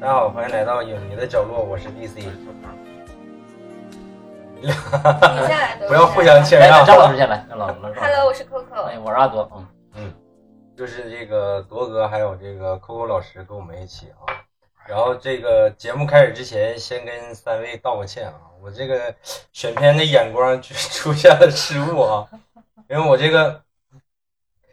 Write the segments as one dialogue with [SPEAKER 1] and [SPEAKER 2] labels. [SPEAKER 1] 大家好，欢迎来到影迷的角落，我是 DC。
[SPEAKER 2] 停下来 都
[SPEAKER 1] 不要互相
[SPEAKER 2] 切。
[SPEAKER 1] 谦
[SPEAKER 3] 来，
[SPEAKER 1] 让。
[SPEAKER 3] 张老师先来，张老师来。
[SPEAKER 2] Hello，我是
[SPEAKER 3] 哎
[SPEAKER 2] Coco。
[SPEAKER 3] 我是阿多，嗯，
[SPEAKER 1] 就是这个铎哥还有这个 Coco 老师跟我们一起啊。然后这个节目开始之前，先跟三位道个歉啊，我这个选片的眼光就 出现了失误啊，因为我这个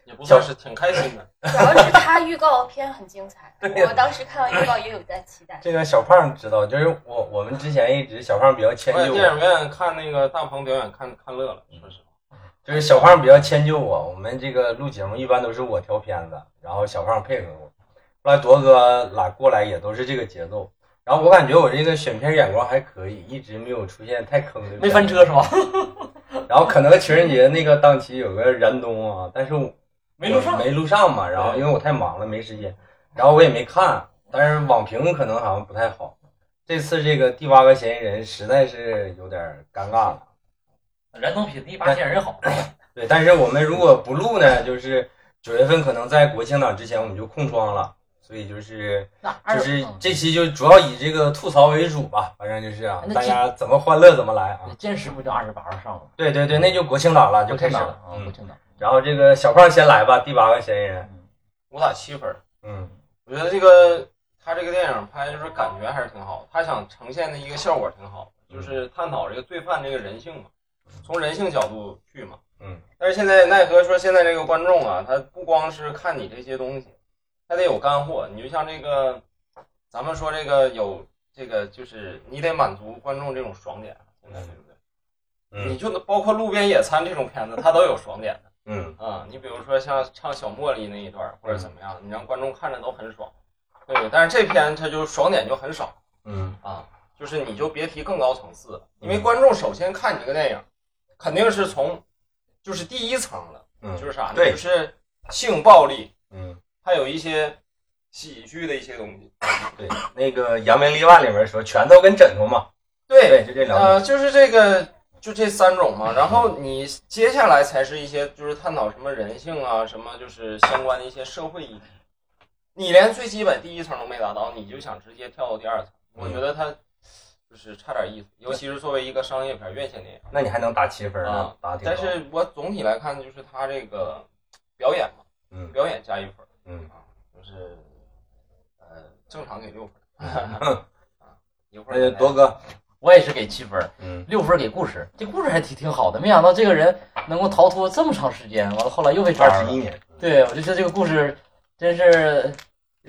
[SPEAKER 4] 也不算是挺开心的。
[SPEAKER 2] 主要是他预告片很精彩，我当时看到预告也有在期待。
[SPEAKER 1] 这个小胖知道，就是我我们之前一直小胖比较迁
[SPEAKER 4] 我在
[SPEAKER 1] 就
[SPEAKER 4] 电
[SPEAKER 1] 我，
[SPEAKER 4] 影院看那个大鹏表演看看乐了，说实话。
[SPEAKER 1] 就是小胖比较迁就我，我们这个录节目一般都是我挑片子，然后小胖配合我。后来铎哥来过来也都是这个节奏，然后我感觉我这个选片眼光还可以，一直没有出现太坑的。
[SPEAKER 3] 没翻车是吧？
[SPEAKER 1] 然后可能情人节那个档期有个燃冬啊，但是我
[SPEAKER 4] 没录上
[SPEAKER 1] 没录上嘛。然后因为我太忙了没时间，然后我也没看，但是网评可能好像不太好。这次这个第八个嫌疑人实在是有点尴尬了。
[SPEAKER 3] 燃冬比第八线人 好，
[SPEAKER 1] 对，但是我们如果不录呢，就是九月份可能在国庆档之前我们就空窗了，所以就是
[SPEAKER 3] 那二
[SPEAKER 1] 就是
[SPEAKER 3] 嗯
[SPEAKER 1] 这期就主要以这个吐槽为主吧，反正就是啊，
[SPEAKER 3] 那
[SPEAKER 1] 大
[SPEAKER 3] 这
[SPEAKER 1] 家怎么欢乐怎么来啊。
[SPEAKER 3] 坚持不就二十八号上吗？
[SPEAKER 1] 对对对，那就国庆档了，就开始了
[SPEAKER 3] 了，。啊，
[SPEAKER 1] 嗯
[SPEAKER 3] 不，听了。
[SPEAKER 1] 然后这个小胖先来吧，第八个嫌疑人。
[SPEAKER 3] 嗯
[SPEAKER 4] 我打七分儿，
[SPEAKER 1] 嗯
[SPEAKER 4] 我觉得这个他这个电影拍就是感觉还是挺好，他想呈现的一个效果挺好，就是探讨这个罪犯这个人性嘛，从人性角度去嘛。
[SPEAKER 1] 嗯。
[SPEAKER 4] 但是现在奈何说现在这个观众啊，他不光是看你这些东西，他得有干货。你就像这个，咱们说这个有这个，就是你得满足观众这种爽点，啊现在对不对？你
[SPEAKER 1] 嗯
[SPEAKER 4] 就包括路边野餐这种片子，它都有爽点的
[SPEAKER 1] 嗯
[SPEAKER 4] 啊、你比如说像唱小茉莉那一段，或者怎么样，你让观众看着都很爽，对不对？但是这篇它就爽点就很少
[SPEAKER 1] 嗯
[SPEAKER 4] 啊，就是你就别提更高层次了，因为观众首先看你这个电影，肯定是从就是第一层了，
[SPEAKER 1] 嗯，
[SPEAKER 4] 就是啥呢？
[SPEAKER 1] 对
[SPEAKER 4] 就是性暴力，
[SPEAKER 1] 嗯，
[SPEAKER 4] 还有一些喜剧的一些东西。
[SPEAKER 1] 对，那个《扬名立万》里面说，拳头跟枕头嘛，
[SPEAKER 4] 对
[SPEAKER 1] 对，就这两种。
[SPEAKER 4] 呃，就是这个，就这三种嘛。然后你接下来才是一些就是探讨什么人性啊，什么就是相关的一些社会议题。你连最基本第一层都没达到，你就想直接跳到第二层，我觉得他就是差点意思。尤其是作为一个商业片、院线电影，
[SPEAKER 1] 那你还能打七分呢
[SPEAKER 4] 啊，
[SPEAKER 1] 打挺高
[SPEAKER 4] 但是我总体来看，就是他这个表演嘛，
[SPEAKER 1] 嗯
[SPEAKER 4] 表演加一分
[SPEAKER 1] 嗯
[SPEAKER 4] 啊，就是呃正常给六分
[SPEAKER 1] 嗯，
[SPEAKER 4] 啊，一
[SPEAKER 1] 那
[SPEAKER 4] 会
[SPEAKER 1] 就
[SPEAKER 4] 儿
[SPEAKER 1] 铎哥，
[SPEAKER 3] 我也是给七分儿，
[SPEAKER 1] 嗯
[SPEAKER 3] 六分儿给故事，这故事还挺挺好的。没想到这个人能够逃脱这么长时间，完了后来又被抓
[SPEAKER 1] 二十
[SPEAKER 3] 了
[SPEAKER 1] 一。年，
[SPEAKER 3] 对，我就觉得这个故事真是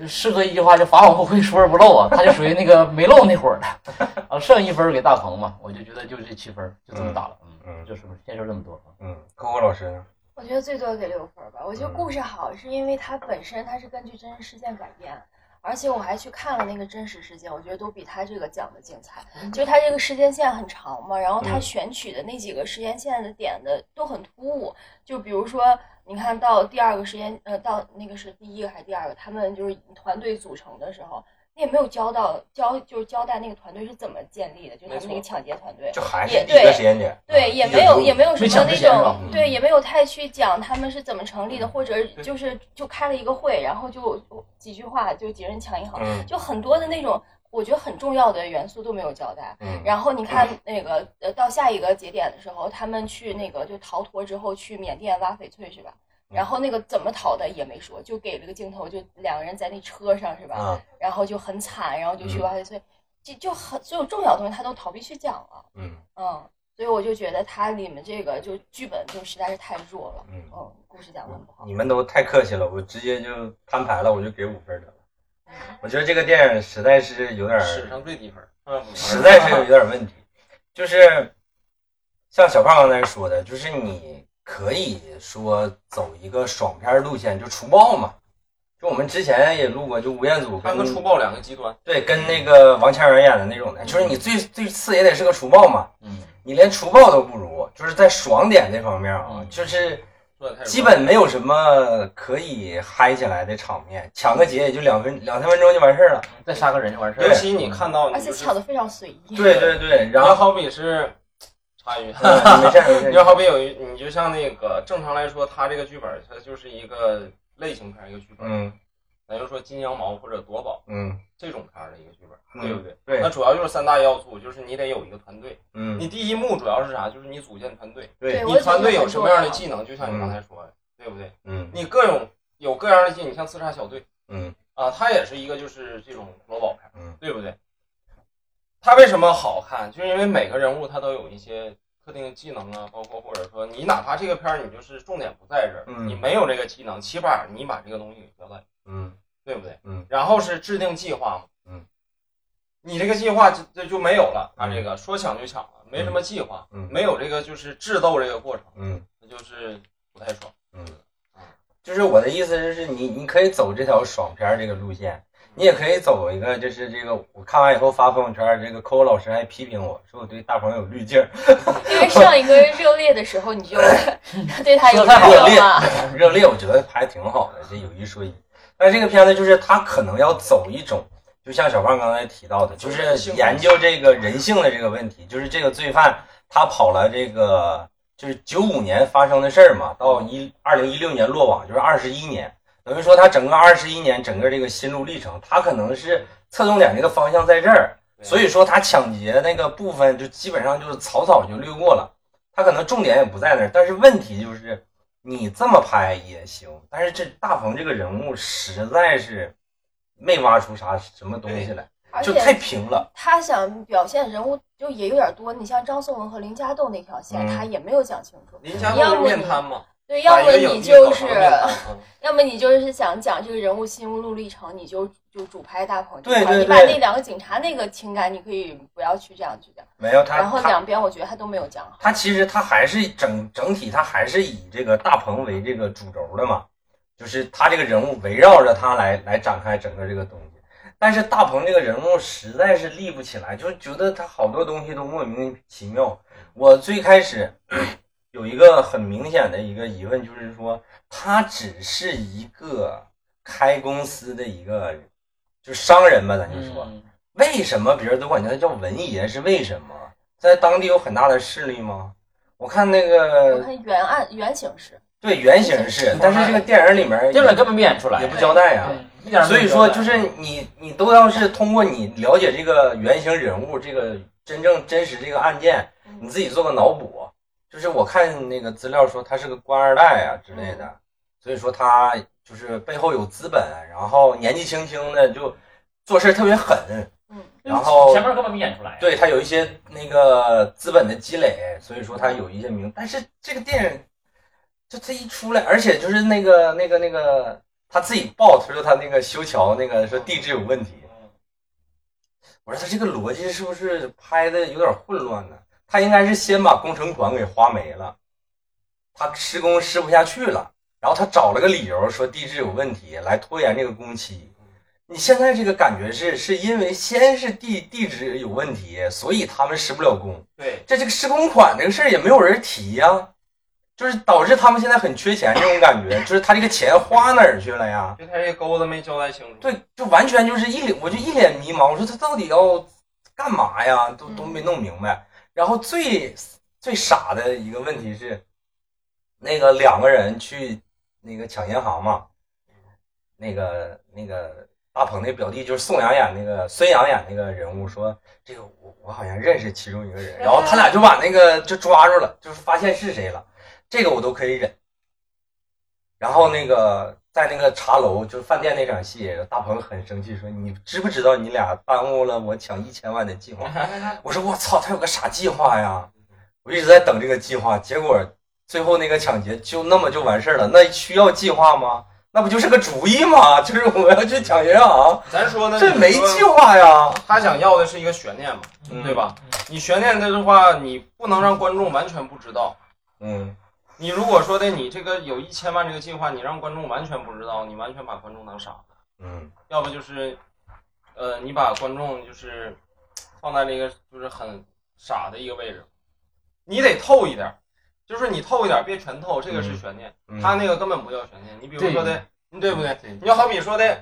[SPEAKER 3] 适合一句话，叫“法网恢恢，疏而不漏”啊，他就属于那个没漏那会儿的。 啊，剩一分儿给大鹏嘛，我就觉得就这七分儿就这么打了，
[SPEAKER 1] 嗯
[SPEAKER 3] 就是先说这么多。啊
[SPEAKER 1] 嗯，扣扣老师呢？
[SPEAKER 2] 我觉得最多给六分吧。我觉
[SPEAKER 4] 嗯
[SPEAKER 2] 得故事好，是因为它本身它是根据真实事件改编，而且我还去看了那个真实事件，我觉得都比它这个讲的精彩。
[SPEAKER 4] 嗯
[SPEAKER 2] 就是它这个时间线很长嘛，然后它
[SPEAKER 1] 嗯
[SPEAKER 2] 选取的那几个时间线的点的都很突兀。就比如说，你看到第二个时间，呃，到那个是第一个还是第二个，他们就是团队组成的时候。那也没有交到交，就是交代那个团队是怎么建立的，就他们
[SPEAKER 4] 没错
[SPEAKER 2] 那个抢劫团队。
[SPEAKER 1] 就还是
[SPEAKER 2] 也
[SPEAKER 1] 一个
[SPEAKER 2] 对
[SPEAKER 1] 时间点，啊
[SPEAKER 2] 对，也没有也没有什
[SPEAKER 3] 没
[SPEAKER 2] 么
[SPEAKER 3] 抢
[SPEAKER 2] 那
[SPEAKER 3] 之前是吧
[SPEAKER 2] 种，对，也没有太去讲他们是怎么成立的，或者
[SPEAKER 4] 对
[SPEAKER 2] 就是就开了一个会，然后就几句话就几人抢一行，
[SPEAKER 1] 嗯
[SPEAKER 2] 就很多的那种我觉得很重要的元素都没有交代。
[SPEAKER 1] 嗯，
[SPEAKER 2] 然后你看那个呃，到下一个节点的时候，他们去那个就逃脱之后去缅甸挖翡翠是吧？
[SPEAKER 1] 嗯
[SPEAKER 2] 然后那个怎么逃的也没说，就给了个镜头，就两个人在那车上是吧？
[SPEAKER 1] 啊，
[SPEAKER 2] 然后就很惨，然后就去
[SPEAKER 1] 嗯
[SPEAKER 2] 挖翡翠，就就很所有重要的东西他都逃避去讲了。
[SPEAKER 1] 嗯
[SPEAKER 2] 嗯，所以我就觉得它里面这个就剧本就实在是太弱了，
[SPEAKER 1] 嗯，
[SPEAKER 2] 嗯，故事讲的不好
[SPEAKER 1] 你。们都太客气了，我直接就摊牌了，我就给五分得了。我觉得这个电影实在是有点儿
[SPEAKER 4] 史上最低分儿，嗯
[SPEAKER 1] 实在是有点问题，就是像小胖刚才说的，就是你可以说走一个爽片路线，就除暴嘛。就我们之前也录过，就吴彦祖
[SPEAKER 4] 他
[SPEAKER 1] 跟
[SPEAKER 4] 们出爆两个极端。
[SPEAKER 1] 对跟那个王千源演的那种的，就是你最最次也得是个除暴嘛，
[SPEAKER 3] 嗯，
[SPEAKER 1] 你连除暴都不如，就是在爽点这方面啊，
[SPEAKER 3] 嗯
[SPEAKER 1] 就是
[SPEAKER 4] 做的太
[SPEAKER 1] 基本没有什么可以嗨起来的场面，抢个劫也就两分两三分钟就完事儿了。
[SPEAKER 3] 再杀个人就完事儿
[SPEAKER 4] 尤
[SPEAKER 3] 了。
[SPEAKER 4] 其你看到，
[SPEAKER 2] 而且抢
[SPEAKER 4] 的，
[SPEAKER 2] 的非常随意。
[SPEAKER 1] 对对对，然
[SPEAKER 4] 然后
[SPEAKER 1] 后
[SPEAKER 4] 好比是插一句，
[SPEAKER 1] 嗯没事儿没事儿，
[SPEAKER 4] 就好比有一， 你就像那个正常来说，他这个剧本它就是一个类型片儿一个剧本，
[SPEAKER 1] 嗯
[SPEAKER 4] 咱就说金羊毛或者夺宝
[SPEAKER 1] 嗯
[SPEAKER 4] 这种片儿的一个剧本，
[SPEAKER 1] 嗯
[SPEAKER 4] 对不对？
[SPEAKER 1] 对
[SPEAKER 4] 那主要就是三大要素，就是你得有一个团队。你
[SPEAKER 1] 嗯，
[SPEAKER 4] 第一幕主要是啥？就是你组建团队，
[SPEAKER 1] 对
[SPEAKER 2] 哎对，我
[SPEAKER 4] 你
[SPEAKER 2] 也觉得
[SPEAKER 4] 团队有
[SPEAKER 2] 很
[SPEAKER 4] 什
[SPEAKER 2] 重
[SPEAKER 4] 么样的
[SPEAKER 2] 要
[SPEAKER 4] 技能？就像你刚才说的，对不对？
[SPEAKER 1] 嗯
[SPEAKER 4] 你各种有各样的技能，你像刺杀小队
[SPEAKER 1] 嗯
[SPEAKER 4] 啊，它也是一个就是这种夺宝片，
[SPEAKER 1] 嗯
[SPEAKER 4] 对不对？它为什么好看？就是因为每个人物他都有一些特定的技能啊，包括或者说你哪怕这个片儿你就是重点不在这儿，
[SPEAKER 1] 嗯
[SPEAKER 4] 你没有这个技能，起码你把这个东西给交代，
[SPEAKER 1] 嗯
[SPEAKER 4] 对不对？
[SPEAKER 1] 嗯
[SPEAKER 4] 然后是制定计划嘛，
[SPEAKER 1] 嗯，
[SPEAKER 4] 你这个计划就就就没有了，他
[SPEAKER 1] 嗯
[SPEAKER 4] 这个说抢就抢了，没什么计划，
[SPEAKER 1] 嗯
[SPEAKER 4] 没有这个就是智斗这个过程，
[SPEAKER 1] 嗯，
[SPEAKER 4] 那就是不太爽。
[SPEAKER 1] 就是我的意思就是你你可以走这条爽片儿这个路线，你也可以走一个就是这个我看完以后发朋友圈儿，这个扣扣老师还批评我说我对大鹏有滤镜儿，
[SPEAKER 2] 因为上一个热烈的时候，你就对他有
[SPEAKER 3] 说太好
[SPEAKER 1] 了
[SPEAKER 2] 热嘛，
[SPEAKER 1] 热烈我觉得拍得挺好的，这有一说一。但这个片子就是他可能要走一种，就像小胖刚才提到的，就是研究这个人性的这个问题，就是这个罪犯他跑了这个，就是九五年发生的事儿嘛，到一二零一六年落网，就是二十一年，等于说他整个二十一年整个这个心路历程，他可能是侧重点这个方向在这儿，所以说他抢劫那个部分就基本上就是草草就略过了，他可能重点也不在那儿，但是问题就是。你这么拍也行，但是这大鹏这个人物实在是没挖出啥什么东西来，
[SPEAKER 2] 而
[SPEAKER 1] 就太
[SPEAKER 2] 且
[SPEAKER 1] 平了。
[SPEAKER 2] 他想表现人物就也有点多。你像张颂文和林家栋那条线，
[SPEAKER 1] 嗯
[SPEAKER 2] 他也没有讲清楚。
[SPEAKER 4] 林家
[SPEAKER 2] 要
[SPEAKER 4] 栋
[SPEAKER 2] 不
[SPEAKER 4] 面
[SPEAKER 2] 你
[SPEAKER 4] 瘫嘛，
[SPEAKER 2] 对，要
[SPEAKER 4] 把
[SPEAKER 2] 么
[SPEAKER 4] 一个影
[SPEAKER 2] 你
[SPEAKER 4] 帝搞
[SPEAKER 2] 就
[SPEAKER 4] 成
[SPEAKER 2] 是
[SPEAKER 4] 了，面瘫 嗯
[SPEAKER 2] 要么你就是想讲这个人物心路历程，你就就主拍大鹏这
[SPEAKER 1] 对
[SPEAKER 2] 块儿，
[SPEAKER 1] 对
[SPEAKER 2] 你把
[SPEAKER 1] 对
[SPEAKER 2] 那两个警察那个情感，你可以不要去这样去讲。
[SPEAKER 1] 没有他，
[SPEAKER 2] 然后
[SPEAKER 1] 他
[SPEAKER 2] 两边我觉得他都没有讲好。
[SPEAKER 1] 他其实他还是整整体，他还是以这个大鹏为这个主轴的嘛，就是他这个人物围绕着他来来展开整个这个东西。但是大鹏这个人物实在是立不起来，就觉得他好多东西都莫名其妙。我最开始 有一个很明显的一个疑问，就是说他只是一个开公司的一个就是商人吧，咱就说，
[SPEAKER 3] 嗯
[SPEAKER 1] 为什么别人都管他叫文爷？是为什么？在当地有很大的势力吗？我看那
[SPEAKER 2] 我
[SPEAKER 1] 个
[SPEAKER 2] 看原案原型是，
[SPEAKER 1] 对原型是，但是这个电影里面
[SPEAKER 3] 这边根本没演出来
[SPEAKER 1] 也，不交代啊。
[SPEAKER 3] 嗯一点儿都
[SPEAKER 1] 所
[SPEAKER 3] 没
[SPEAKER 1] 以
[SPEAKER 3] 有
[SPEAKER 1] 说，
[SPEAKER 3] 交代
[SPEAKER 1] 就是你你都要是通过你了解这个原型人物，这个真正真实这个案件，你
[SPEAKER 2] 嗯
[SPEAKER 1] 自己做个脑补。就是我看那个资料说他是个官二代啊之类的，所以说他就是背后有资本，然后年纪轻轻的就做事特别狠，
[SPEAKER 2] 嗯，
[SPEAKER 1] 然后
[SPEAKER 3] 前面根本没演出来，
[SPEAKER 1] 对他有一些那个资本的积累，所以说他有一些名。但是这个电影，就他一出来，而且就是那个那个那个他自己报，他说他那个修桥那个说地质有问题。我说他这个逻辑是不是拍的有点混乱呢？他应该是先把工程款给花没了，他施工施不下去了，然后他找了个理由说地质有问题来拖延这个工期。你现在这个感觉是，是因为先是地地质有问题，所以他们施不了工。
[SPEAKER 4] 对，
[SPEAKER 1] 这这个施工款这个事儿也没有人提呀、就是导致他们现在很缺钱这种感觉，就是他这个钱花哪儿去了呀？
[SPEAKER 4] 就他这个钩子没交代清楚。
[SPEAKER 1] 对，就完全就是一脸，我就一脸迷茫。我说他到底要干嘛呀？都都没弄明白。然后最最傻的一个问题是，那个两个人去那个抢银行嘛，那个那个大鹏那表弟就是宋阳演那个孙阳演那个人物说，这个我我好像认识其中一个人，然后他俩就把那个就抓住了，就是发现是谁了，这个我都可以忍。然后那个在那个茶楼就是饭店那场戏，大鹏很生气说：“你知不知道你俩耽误了我抢一千万的计划？”我说我操，他有个啥计划呀？我一直在等这个计划，结果最后那个抢劫就那么就完事儿了。那需要计划吗？那不就是个主意吗？ 就是我要去抢银 行，
[SPEAKER 4] 咱说呢，
[SPEAKER 1] 这没
[SPEAKER 4] 你说
[SPEAKER 1] 计划呀，
[SPEAKER 4] 他想要的是一个悬念嘛，
[SPEAKER 1] 嗯
[SPEAKER 4] 对？吧？你悬念的话，你不能让观众完全不知道。
[SPEAKER 1] 嗯，
[SPEAKER 4] 你如果说的你这个有一千万这个计划，你让观众完全不知道，你完全把观众当傻子。
[SPEAKER 1] 嗯
[SPEAKER 4] 要不就是，呃，你把观众就是放在了一个就是很傻的一个位置，你得透一点儿，就是你透一点儿，别全透，这个是悬念。
[SPEAKER 1] 嗯，
[SPEAKER 4] 他那个根本不叫悬念。你比如
[SPEAKER 3] 对
[SPEAKER 4] 说的，你对不对？
[SPEAKER 1] 对
[SPEAKER 4] 你就好比说的，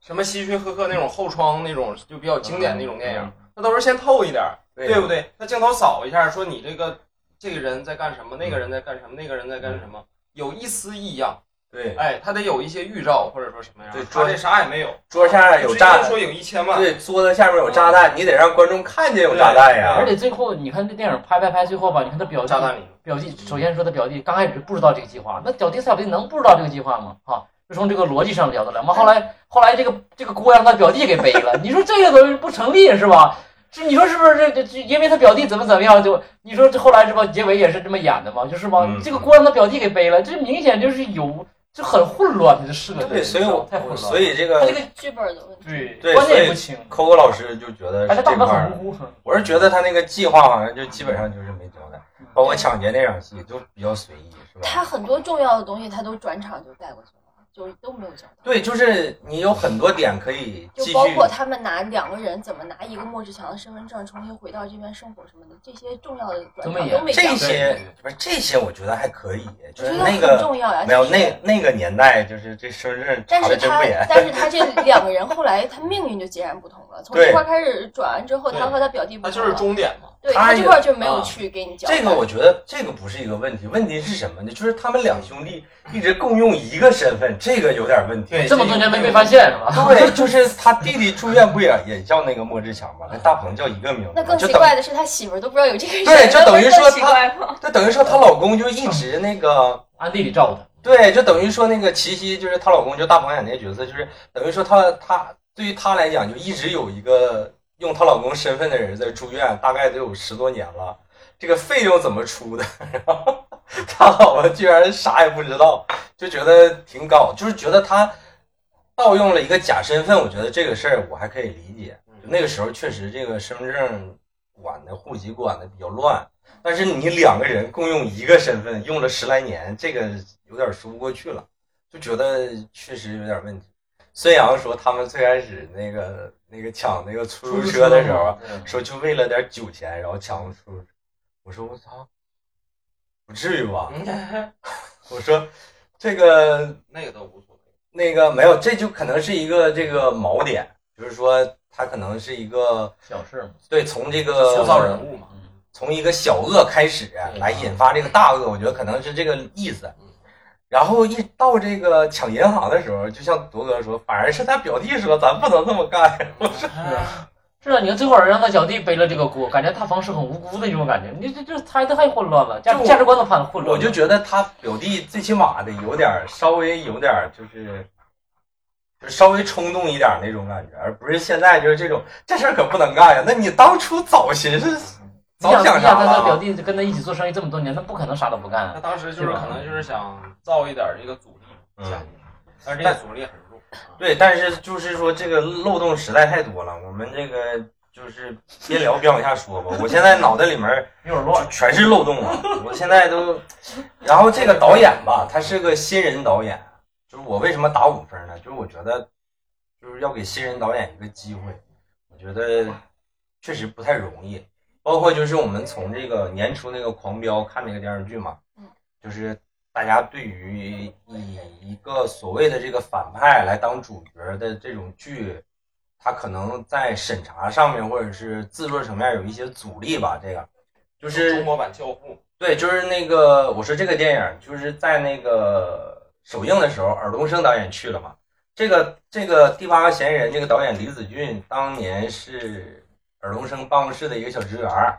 [SPEAKER 4] 什么希区柯克那种后窗那种就比较经典那种电影，那都是先透一点儿，对
[SPEAKER 1] 嗯
[SPEAKER 4] 不
[SPEAKER 1] 对？
[SPEAKER 4] 对？他镜头扫一下，说你这个这个人在干什么，那个人在干什么，那个人在干什么，有一丝异样，
[SPEAKER 1] 嗯对，
[SPEAKER 4] 哎，他得有一些预兆或者说什么样。
[SPEAKER 1] 对
[SPEAKER 4] 他这啥也没有，
[SPEAKER 1] 桌下有炸
[SPEAKER 4] 之前说有一千万，
[SPEAKER 1] 对，桌子下面有炸弹，你得让观众看见有炸弹呀
[SPEAKER 3] 而。且最后你看这电影拍拍拍，最后吧，你看他表弟
[SPEAKER 4] 炸弹里
[SPEAKER 3] 表弟，首先说他表弟刚开始不知道这个计划，那表弟他表弟能不知道这个计划吗？哈、就从这个逻辑上聊得来。完后来后来这个这个锅让他表弟给背了，你说这个东西不成立是吧？是你说是不是这这这因为他表弟怎么怎么样就你说这后来是吧？结尾也是这么演的嘛，就是嘛，
[SPEAKER 1] 嗯
[SPEAKER 3] 这个锅让他表弟给背了，这明显就是有就很混乱，他的设定，
[SPEAKER 1] 对，所以我
[SPEAKER 3] 太混乱，
[SPEAKER 1] 所以这
[SPEAKER 3] 他
[SPEAKER 1] 个
[SPEAKER 3] 这个
[SPEAKER 2] 剧本的问题。
[SPEAKER 3] 对
[SPEAKER 1] 对
[SPEAKER 3] 观
[SPEAKER 1] 所
[SPEAKER 3] 念
[SPEAKER 1] 以
[SPEAKER 3] 也不清，
[SPEAKER 1] 扣扣老师就觉得
[SPEAKER 3] 而
[SPEAKER 1] 是
[SPEAKER 3] 且
[SPEAKER 1] 这
[SPEAKER 3] 哎大
[SPEAKER 1] 块
[SPEAKER 3] 哥
[SPEAKER 1] 儿
[SPEAKER 3] 很，无辜，
[SPEAKER 1] 我是觉得他那个计划好像就基本上就是没交代，包括抢劫那场戏就比较随意，是吧？
[SPEAKER 2] 他很多重要的东西，他都转场就带过去了，就是都没有交代。
[SPEAKER 1] 对，就是你有很多点可以继
[SPEAKER 2] 就
[SPEAKER 1] 续。
[SPEAKER 2] 包括他们拿两个人怎么拿一个莫志强的身份证重新回到这边生活什么的，这些重要的转场都没讲
[SPEAKER 1] 这
[SPEAKER 2] 到，
[SPEAKER 1] 些不是这些，我觉得还可以，
[SPEAKER 2] 我
[SPEAKER 1] 就
[SPEAKER 2] 觉
[SPEAKER 1] 是
[SPEAKER 2] 得
[SPEAKER 1] 那
[SPEAKER 2] 很
[SPEAKER 1] 个
[SPEAKER 2] 重要呀。
[SPEAKER 1] 没有
[SPEAKER 2] 就是
[SPEAKER 1] 那那个年代，就是这身份证
[SPEAKER 2] 但
[SPEAKER 1] 查的
[SPEAKER 2] 是
[SPEAKER 1] 真
[SPEAKER 2] 他
[SPEAKER 1] 不严。
[SPEAKER 2] 但是他这两个人后来他命运就截然不同了。从
[SPEAKER 1] 对
[SPEAKER 2] 这块开始转完之后，
[SPEAKER 4] 对
[SPEAKER 2] 他和他表弟不
[SPEAKER 4] 他
[SPEAKER 2] 同
[SPEAKER 4] 就是
[SPEAKER 2] 了。
[SPEAKER 4] 终点嘛。
[SPEAKER 2] 对
[SPEAKER 1] 他
[SPEAKER 2] 他
[SPEAKER 1] 也
[SPEAKER 2] 这块就没有
[SPEAKER 4] 啊
[SPEAKER 2] 去给你交代。
[SPEAKER 1] 这个我觉得这个不是一个问题，问题是什么呢？就是他们两兄弟一直共用一个身份，这个有点问题。
[SPEAKER 4] 对
[SPEAKER 3] 这么多年没被发现是吧？
[SPEAKER 1] 对，就是他弟弟住院不也也叫那个莫志强吗？那大鹏叫一个名字吗，
[SPEAKER 2] 那更
[SPEAKER 1] 就
[SPEAKER 2] 奇
[SPEAKER 1] 等
[SPEAKER 2] 怪的是，他媳妇儿都不知道有这个人，
[SPEAKER 1] 对就等于说
[SPEAKER 2] 那不是更奇怪吗？
[SPEAKER 1] 就等于说她老公就一直那个。
[SPEAKER 3] 暗地里照顾他。
[SPEAKER 1] 对，就等于说那个齐溪就是她老公，就大鹏演那角色，就是等于说她她对于她来讲，就一直有一个用她老公身份的人在住院，大概得有十多年了。这个费用怎么出的？ 然后她老婆居然啥也不知道，就觉得挺搞，就是觉得她盗用了一个假身份。我觉得这个事儿我还可以理解，就那个时候确实这个身份证管的户籍管的比较乱。但是你两个人共用一个身份，用了十来年，这个有点说不过去了，就觉得确实有点问题。孙杨说，他们最开始那个那个抢那个出租车的时候，啊
[SPEAKER 3] 对，
[SPEAKER 1] 说就为了点酒钱，然后抢了出租车。我说我操，不至于
[SPEAKER 4] 嗯
[SPEAKER 1] 吧？我说这个
[SPEAKER 4] 那个倒无所谓。
[SPEAKER 1] 那个没有，这就可能是一个这个锚点，就是说他可能是一个
[SPEAKER 3] 小事嘛。嗯
[SPEAKER 1] 对从这个
[SPEAKER 4] 塑造 人物嘛，
[SPEAKER 1] 从一个小恶开始来引发这个大恶，我觉得可能是这个意思
[SPEAKER 4] 嗯。
[SPEAKER 1] 然后一到这个抢银行的时候，就像铎哥说，反而是他表弟说咱不能这么干。
[SPEAKER 3] 是啊，你看最后让他小弟背了这个锅，感觉大鹏是很无辜的一种感觉。你这这猜的太混乱了，价
[SPEAKER 1] 就我
[SPEAKER 3] 价值观都判混乱了。
[SPEAKER 1] 我就觉得他表弟最起码的有点儿稍微有点儿就是，就稍微冲动一点儿那种感觉，而不是现在就是这种这事儿可不能干呀。那你当初早寻思
[SPEAKER 3] 你
[SPEAKER 1] 早
[SPEAKER 3] 想你
[SPEAKER 1] 啥
[SPEAKER 3] 想他的表
[SPEAKER 1] 了？
[SPEAKER 3] 弟跟他一起做生意这么多年，他不可能啥都不干
[SPEAKER 4] 他
[SPEAKER 3] 啊。
[SPEAKER 4] 当时就是可能就是想造一点这个阻力
[SPEAKER 1] 嗯
[SPEAKER 4] 加进去，但是这个阻力很弱。
[SPEAKER 1] 对，但是就是说这个漏洞实在太多了，我们这个就是边聊边往下说吧。我现在脑袋里面儿
[SPEAKER 3] 有点乱。
[SPEAKER 1] 全是漏洞啊，我现在都。然后这个导演吧，他是个新人导演，就是我为什么打五分呢？就是我觉得就是要给新人导演一个机会，我觉得确实不太容易。包括就是我们从这个年初那个《狂飙》看那个电视剧嘛
[SPEAKER 2] 嗯，
[SPEAKER 1] 就是大家对于以一个所谓的这个反派来当主角的这种剧，他可能在审查上面或者是制作层面有一些阻力吧。这个就是
[SPEAKER 4] 中国版《教父
[SPEAKER 1] 对，就是那个，我说这个电影就是在那个首映的时候，尔冬升导演去了嘛。这个这个第八个嫌疑人，这个导演李子俊当年是尔冬升办公室的一个小职员儿，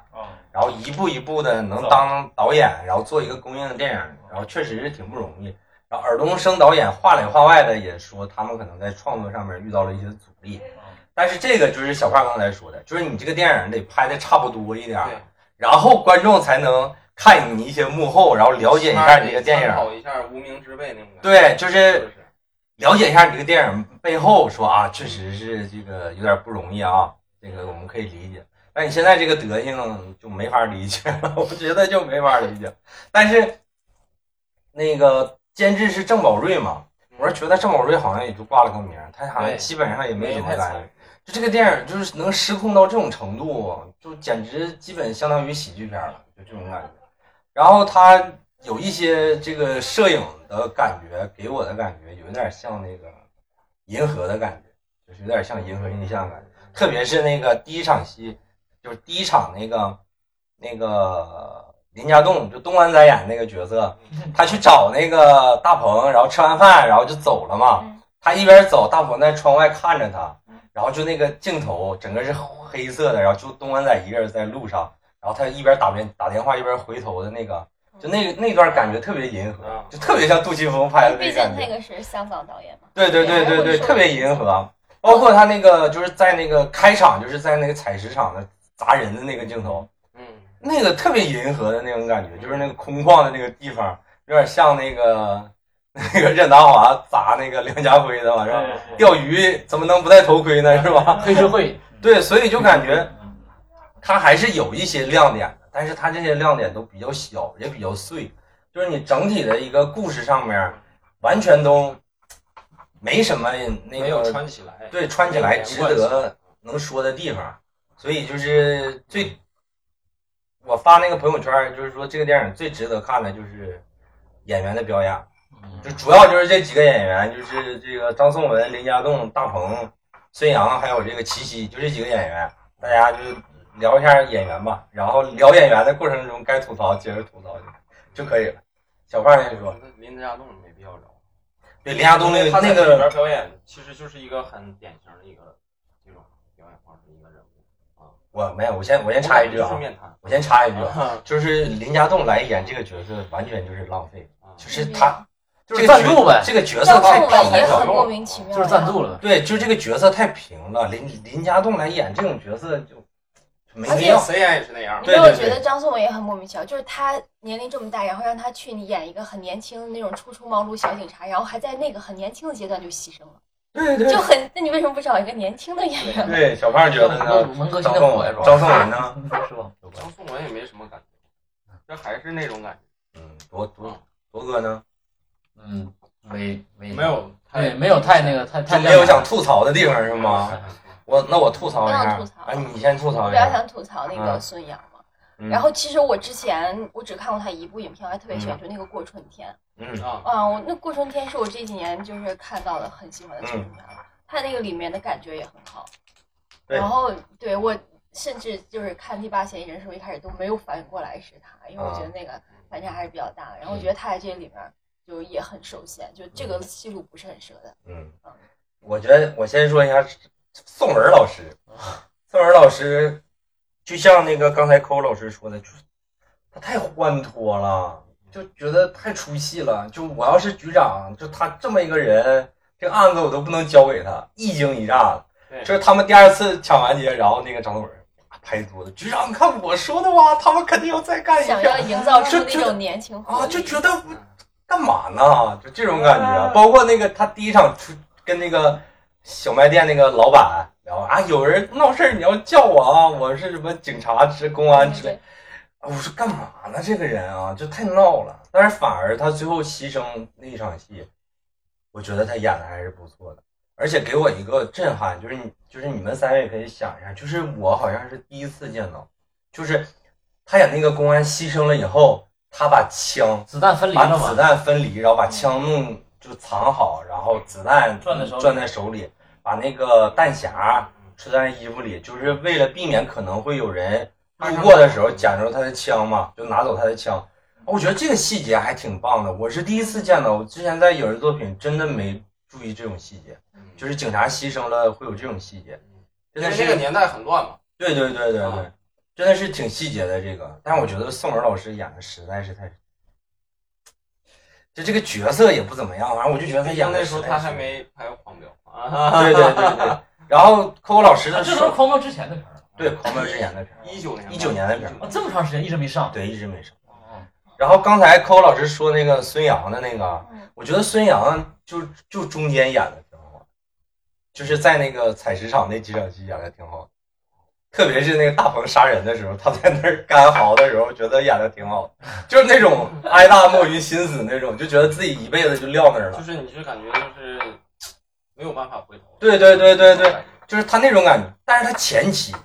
[SPEAKER 1] 然后一步一步的能当导演，然后做一个公映的电影，然后确实是挺不容易。然后尔冬升导演话里话外的也说，他们可能在创作上面遇到了一些阻力，但是这个就是小胖刚才说的，就是你这个电影得拍的差不多一点儿，
[SPEAKER 4] 对
[SPEAKER 1] 然后观众才能看你一些幕后，然后》，了解一下你这个电
[SPEAKER 4] 参
[SPEAKER 1] 影。
[SPEAKER 4] 考一下《无名之辈》那种感觉。
[SPEAKER 1] 对，就是是
[SPEAKER 4] 不是？
[SPEAKER 1] 了解一下你这个电影背后，说啊，确实是这个有点不容易啊，这个我们可以理解。但你现在这个德行就没法理解了，我觉得就没法理解。 但是那个监制是郑宝瑞嘛，我是觉得郑宝瑞好像也就挂了个名儿，他好像
[SPEAKER 4] 对
[SPEAKER 1] 基本上也没什么
[SPEAKER 4] 太
[SPEAKER 1] 干
[SPEAKER 4] 惨
[SPEAKER 1] 预。就这个电影就是能失控到这种程度，就简直基本相当于喜剧片了，就这种感觉。然后他有一些这个摄影的感觉，给我的感觉有点像那个银河的感觉，就是有点像银河映像的感觉。特别是那个第一场戏，就是第一场那个那个林家栋，就东安在演那个角色，他去找那个大鹏，然后吃完饭，然后就走了嘛。
[SPEAKER 2] 嗯
[SPEAKER 1] 他一边走，大鹏在窗外看着他
[SPEAKER 2] 嗯，
[SPEAKER 1] 然后就那个镜头整个是黑色的，然后就东安仔一个人在路上，然后他一边打电打电话一边回头的那个，
[SPEAKER 5] 嗯
[SPEAKER 1] 就那那段感觉特别银河
[SPEAKER 4] 嗯，
[SPEAKER 1] 就特别像杜琪峰拍的
[SPEAKER 5] 毕
[SPEAKER 1] 那
[SPEAKER 5] 竟
[SPEAKER 1] 感觉
[SPEAKER 5] 那。个嗯是香港导演嘛，
[SPEAKER 1] 对对对对对，
[SPEAKER 5] 对
[SPEAKER 1] 特别银河。包括他那个就是在那个开场，就是在那个采石场的砸人的那个镜头，
[SPEAKER 4] 嗯，
[SPEAKER 1] 那个特别银河的那种感觉，就是那个空旷的那个地方，有点像那个 那个任达华砸那个梁家辉的嘛，是吧？钓鱼怎么能不戴头盔呢？是吧？
[SPEAKER 3] 黑社会，
[SPEAKER 1] 对，所以就感觉他还是有一些亮点的，但是他这些亮点都比较小，也比较碎，就是你整体的一个故事上面完全都没什么那
[SPEAKER 4] 没有
[SPEAKER 1] 个
[SPEAKER 4] 穿起来，
[SPEAKER 1] 对穿起来值得能说的地方，所以就是最我发那个朋友圈，就是说这个电影最值得看的就是演员的表演，
[SPEAKER 3] 嗯
[SPEAKER 1] 就主要就是这几个演员，就是这个张颂文、林家栋、大鹏、孙杨，还有这个齐溪，就这几个演员，大家就聊一下演员吧，然后聊演员的过程中该吐槽接着吐槽就就可以了。小胖先说，
[SPEAKER 4] 林家栋没必要聊。
[SPEAKER 1] 对林家栋那
[SPEAKER 4] 他
[SPEAKER 1] 个那
[SPEAKER 4] 在里边
[SPEAKER 1] 个，
[SPEAKER 4] 表演其实就是一个很典型的一个这种表演方式，一个人物。
[SPEAKER 1] 我没有，我先我先插一句
[SPEAKER 4] 就
[SPEAKER 1] 啊
[SPEAKER 4] 是，面谈。
[SPEAKER 1] 我先插一句啊，
[SPEAKER 4] 啊
[SPEAKER 1] 就是林家栋来演这个角色，完全就是浪费，
[SPEAKER 4] 啊
[SPEAKER 1] 就是他
[SPEAKER 3] 就是赞助呗，
[SPEAKER 1] 这个角色
[SPEAKER 2] 张
[SPEAKER 1] 太
[SPEAKER 2] 颂文
[SPEAKER 1] 太
[SPEAKER 2] 也
[SPEAKER 1] 小
[SPEAKER 2] 很
[SPEAKER 1] 众
[SPEAKER 2] 莫
[SPEAKER 1] 了，
[SPEAKER 2] 名其妙，
[SPEAKER 3] 就是赞助。了呗。
[SPEAKER 1] 对，就这个角色太平了，林林家栋来演这种角色就就没
[SPEAKER 2] 而
[SPEAKER 1] 必
[SPEAKER 2] 且
[SPEAKER 1] 要，
[SPEAKER 4] 谁演也是那样
[SPEAKER 2] 你
[SPEAKER 1] 对
[SPEAKER 2] 没有
[SPEAKER 1] 对
[SPEAKER 2] 觉得张颂文也很莫名其妙？就是他年龄这么大，然后让他去你演一个很年轻的那种初出茅庐小警察，然后还在那个很年轻的阶段就牺牲了，
[SPEAKER 1] 对对
[SPEAKER 2] 就很……那你为什么不找一个年轻的演员？
[SPEAKER 1] 对，小胖觉得呢？
[SPEAKER 3] 文革现
[SPEAKER 1] 张
[SPEAKER 3] 在
[SPEAKER 1] 颂
[SPEAKER 3] 火呀
[SPEAKER 1] 文
[SPEAKER 3] 是，吧？
[SPEAKER 1] 张颂文呢？
[SPEAKER 3] 是吧？
[SPEAKER 4] 张颂文也没什么感觉，这还是那种感
[SPEAKER 1] 嗯，博博博哥呢？
[SPEAKER 3] 嗯，没没
[SPEAKER 4] 觉，没有
[SPEAKER 3] 对，哎没有太那个太
[SPEAKER 1] 就
[SPEAKER 3] 太
[SPEAKER 1] 没有想吐槽的地方是吗？
[SPEAKER 3] 啊
[SPEAKER 1] 我那我吐槽一
[SPEAKER 2] 不要
[SPEAKER 1] 下
[SPEAKER 2] 吐槽，
[SPEAKER 1] 哎，你先吐槽
[SPEAKER 2] 我
[SPEAKER 1] 一
[SPEAKER 2] 比较
[SPEAKER 1] 下。
[SPEAKER 2] 想吐槽那个
[SPEAKER 1] 嗯
[SPEAKER 2] 孙杨嘛。
[SPEAKER 1] 嗯
[SPEAKER 2] 然后其实我之前我只看过他一部影片，我还特别喜欢，
[SPEAKER 1] 嗯
[SPEAKER 2] 就那个《过春天》。
[SPEAKER 1] 嗯
[SPEAKER 4] 啊，
[SPEAKER 2] 啊，我那《过春天》是我这几年就是看到的很喜欢的这部片了，它那个里面的感觉也很好。
[SPEAKER 1] 嗯对
[SPEAKER 2] 然后对我甚至就是看《第八嫌疑人》的时候，一开始都没有反应过来是他，因为我
[SPEAKER 1] 啊
[SPEAKER 2] 觉得那个反差还是比较大。然后我
[SPEAKER 1] 嗯
[SPEAKER 2] 觉得他在这里面就也很受限，就这个戏路不是很适合他。
[SPEAKER 1] 嗯，我觉得我先说一下宋文老师，宋文老师就像那个刚才抠老师说的，就是他太欢脱了，就觉得太出戏了。就我要是局长，就他这么一个人，这个案子我都不能交给他，一惊一乍的。
[SPEAKER 4] 对
[SPEAKER 1] 就是他们第二次抢完劫，然后那个张颂文啪拍桌子，局长，你看我说的吧，他们肯定要再干一
[SPEAKER 2] 想
[SPEAKER 1] 票
[SPEAKER 2] 要营造出
[SPEAKER 1] 就
[SPEAKER 2] 那
[SPEAKER 1] 就
[SPEAKER 2] 种年轻活力
[SPEAKER 1] 啊，就觉得干嘛呢？就这种感觉，啊包括那个他第一场出跟那个小卖店那个老板聊啊，有人闹事儿你要叫我啊，我是什么警察之公安之类
[SPEAKER 2] 对
[SPEAKER 1] 啊，我说干嘛呢？这个人啊，就太闹了。但是反而他最后牺牲那一场戏，我觉得他演的还是不错的，而且给我一个震撼，就是你就是你们三位可以想一下，就是我好像是第一次见到，就是他演那个公安牺牲了以后，他把枪
[SPEAKER 3] 子弹分离
[SPEAKER 1] 把
[SPEAKER 3] 了
[SPEAKER 1] 子
[SPEAKER 3] 嘛？
[SPEAKER 1] 弹分离，然后把枪弄就藏好，然后子弹
[SPEAKER 3] 攥在手里
[SPEAKER 1] 攥在手里，把那个弹匣揣在衣服里，就是为了避免可能会有人路过的时候捡着他的枪嘛，就拿走他的枪。我觉得这个细节还挺棒的，我是第一次见到，我之前在影视作品真的没注意这种细节，就是警察牺牲了会有这种细节，真
[SPEAKER 4] 因
[SPEAKER 1] 的
[SPEAKER 4] 为
[SPEAKER 1] 是
[SPEAKER 4] 那个年代很乱嘛，
[SPEAKER 1] 对对对对对
[SPEAKER 4] 啊，
[SPEAKER 1] 真的是挺细节的这个，但是我觉得宋文老师演的实在是太，就这个角色也不怎么样，反正我就觉得他
[SPEAKER 4] 毕
[SPEAKER 1] 演
[SPEAKER 4] 竟
[SPEAKER 1] 的
[SPEAKER 4] 那时候他还没拍黄标啊，
[SPEAKER 1] 对对对 对，然后扣扣老师
[SPEAKER 3] 啊
[SPEAKER 1] 的
[SPEAKER 3] 这都是
[SPEAKER 1] 手，
[SPEAKER 3] 狂飙之前的片儿了。
[SPEAKER 1] 对狂飙之前的片儿，
[SPEAKER 4] 一九年
[SPEAKER 1] 19年的片
[SPEAKER 3] 啊，这么长时间一直没上。
[SPEAKER 1] 对一直没上。
[SPEAKER 3] 哦
[SPEAKER 1] 然后刚才扣扣老师说那个孙杨的那个，
[SPEAKER 2] 嗯
[SPEAKER 1] 我觉得孙杨就就中间演的挺好的，就是在那个采石场那几场戏演的挺好的，特别是那个大鹏杀人的时候，他在那儿干嚎的时候，觉得演的挺好的，就是那种哀大莫于心死那种，就觉得自己一辈子就撂那儿
[SPEAKER 4] 就
[SPEAKER 1] 了。
[SPEAKER 4] 是你就感觉就是没有办法回头。啊
[SPEAKER 1] 对对对对对，，就是他那种感觉。但是他前期，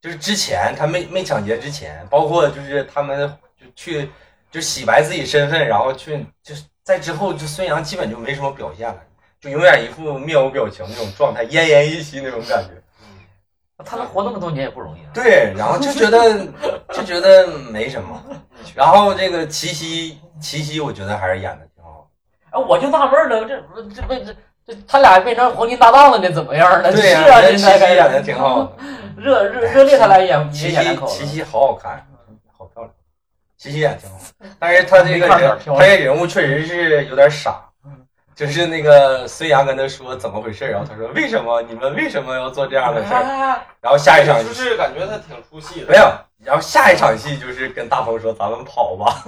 [SPEAKER 1] 就是之前他没没抢劫之前，包括就是他们就去就洗白自己身份，然后去就是在之后，就孙杨基本就没什么表现了，就永远一副面无表情那种状态，奄奄一息那种感觉。
[SPEAKER 3] 他能活那么多年也不容易 啊。
[SPEAKER 1] 对，然后就觉得就觉得没什么，然后这个齐溪，齐溪我觉得还是演的挺好
[SPEAKER 3] 哎，我就纳闷了，这这不这这他俩变成黄金搭档了，那怎么样呢？
[SPEAKER 1] 的。对呀、
[SPEAKER 3] 是啊，
[SPEAKER 1] 我觉得
[SPEAKER 3] 这
[SPEAKER 1] 齐
[SPEAKER 3] 才
[SPEAKER 1] 溪
[SPEAKER 3] 该
[SPEAKER 1] 演的挺好的。
[SPEAKER 3] 热热热烈，他俩演也
[SPEAKER 1] 齐
[SPEAKER 3] 演两口
[SPEAKER 1] 溪，
[SPEAKER 3] 子
[SPEAKER 1] 齐。溪好好看，好漂亮。齐溪演挺好，但是他这个
[SPEAKER 3] 没看哪儿
[SPEAKER 1] 人，
[SPEAKER 3] 漂亮
[SPEAKER 1] 他这人物确实是有点傻。就是那个孙杨跟他说怎么回事，然后他说为什么你们为什么要做这样的事
[SPEAKER 4] 嗯
[SPEAKER 1] 儿？然后下一场
[SPEAKER 4] 就是感觉他挺出戏的，
[SPEAKER 1] 没有，然后下一场戏就是跟大鹏说咱们跑吧。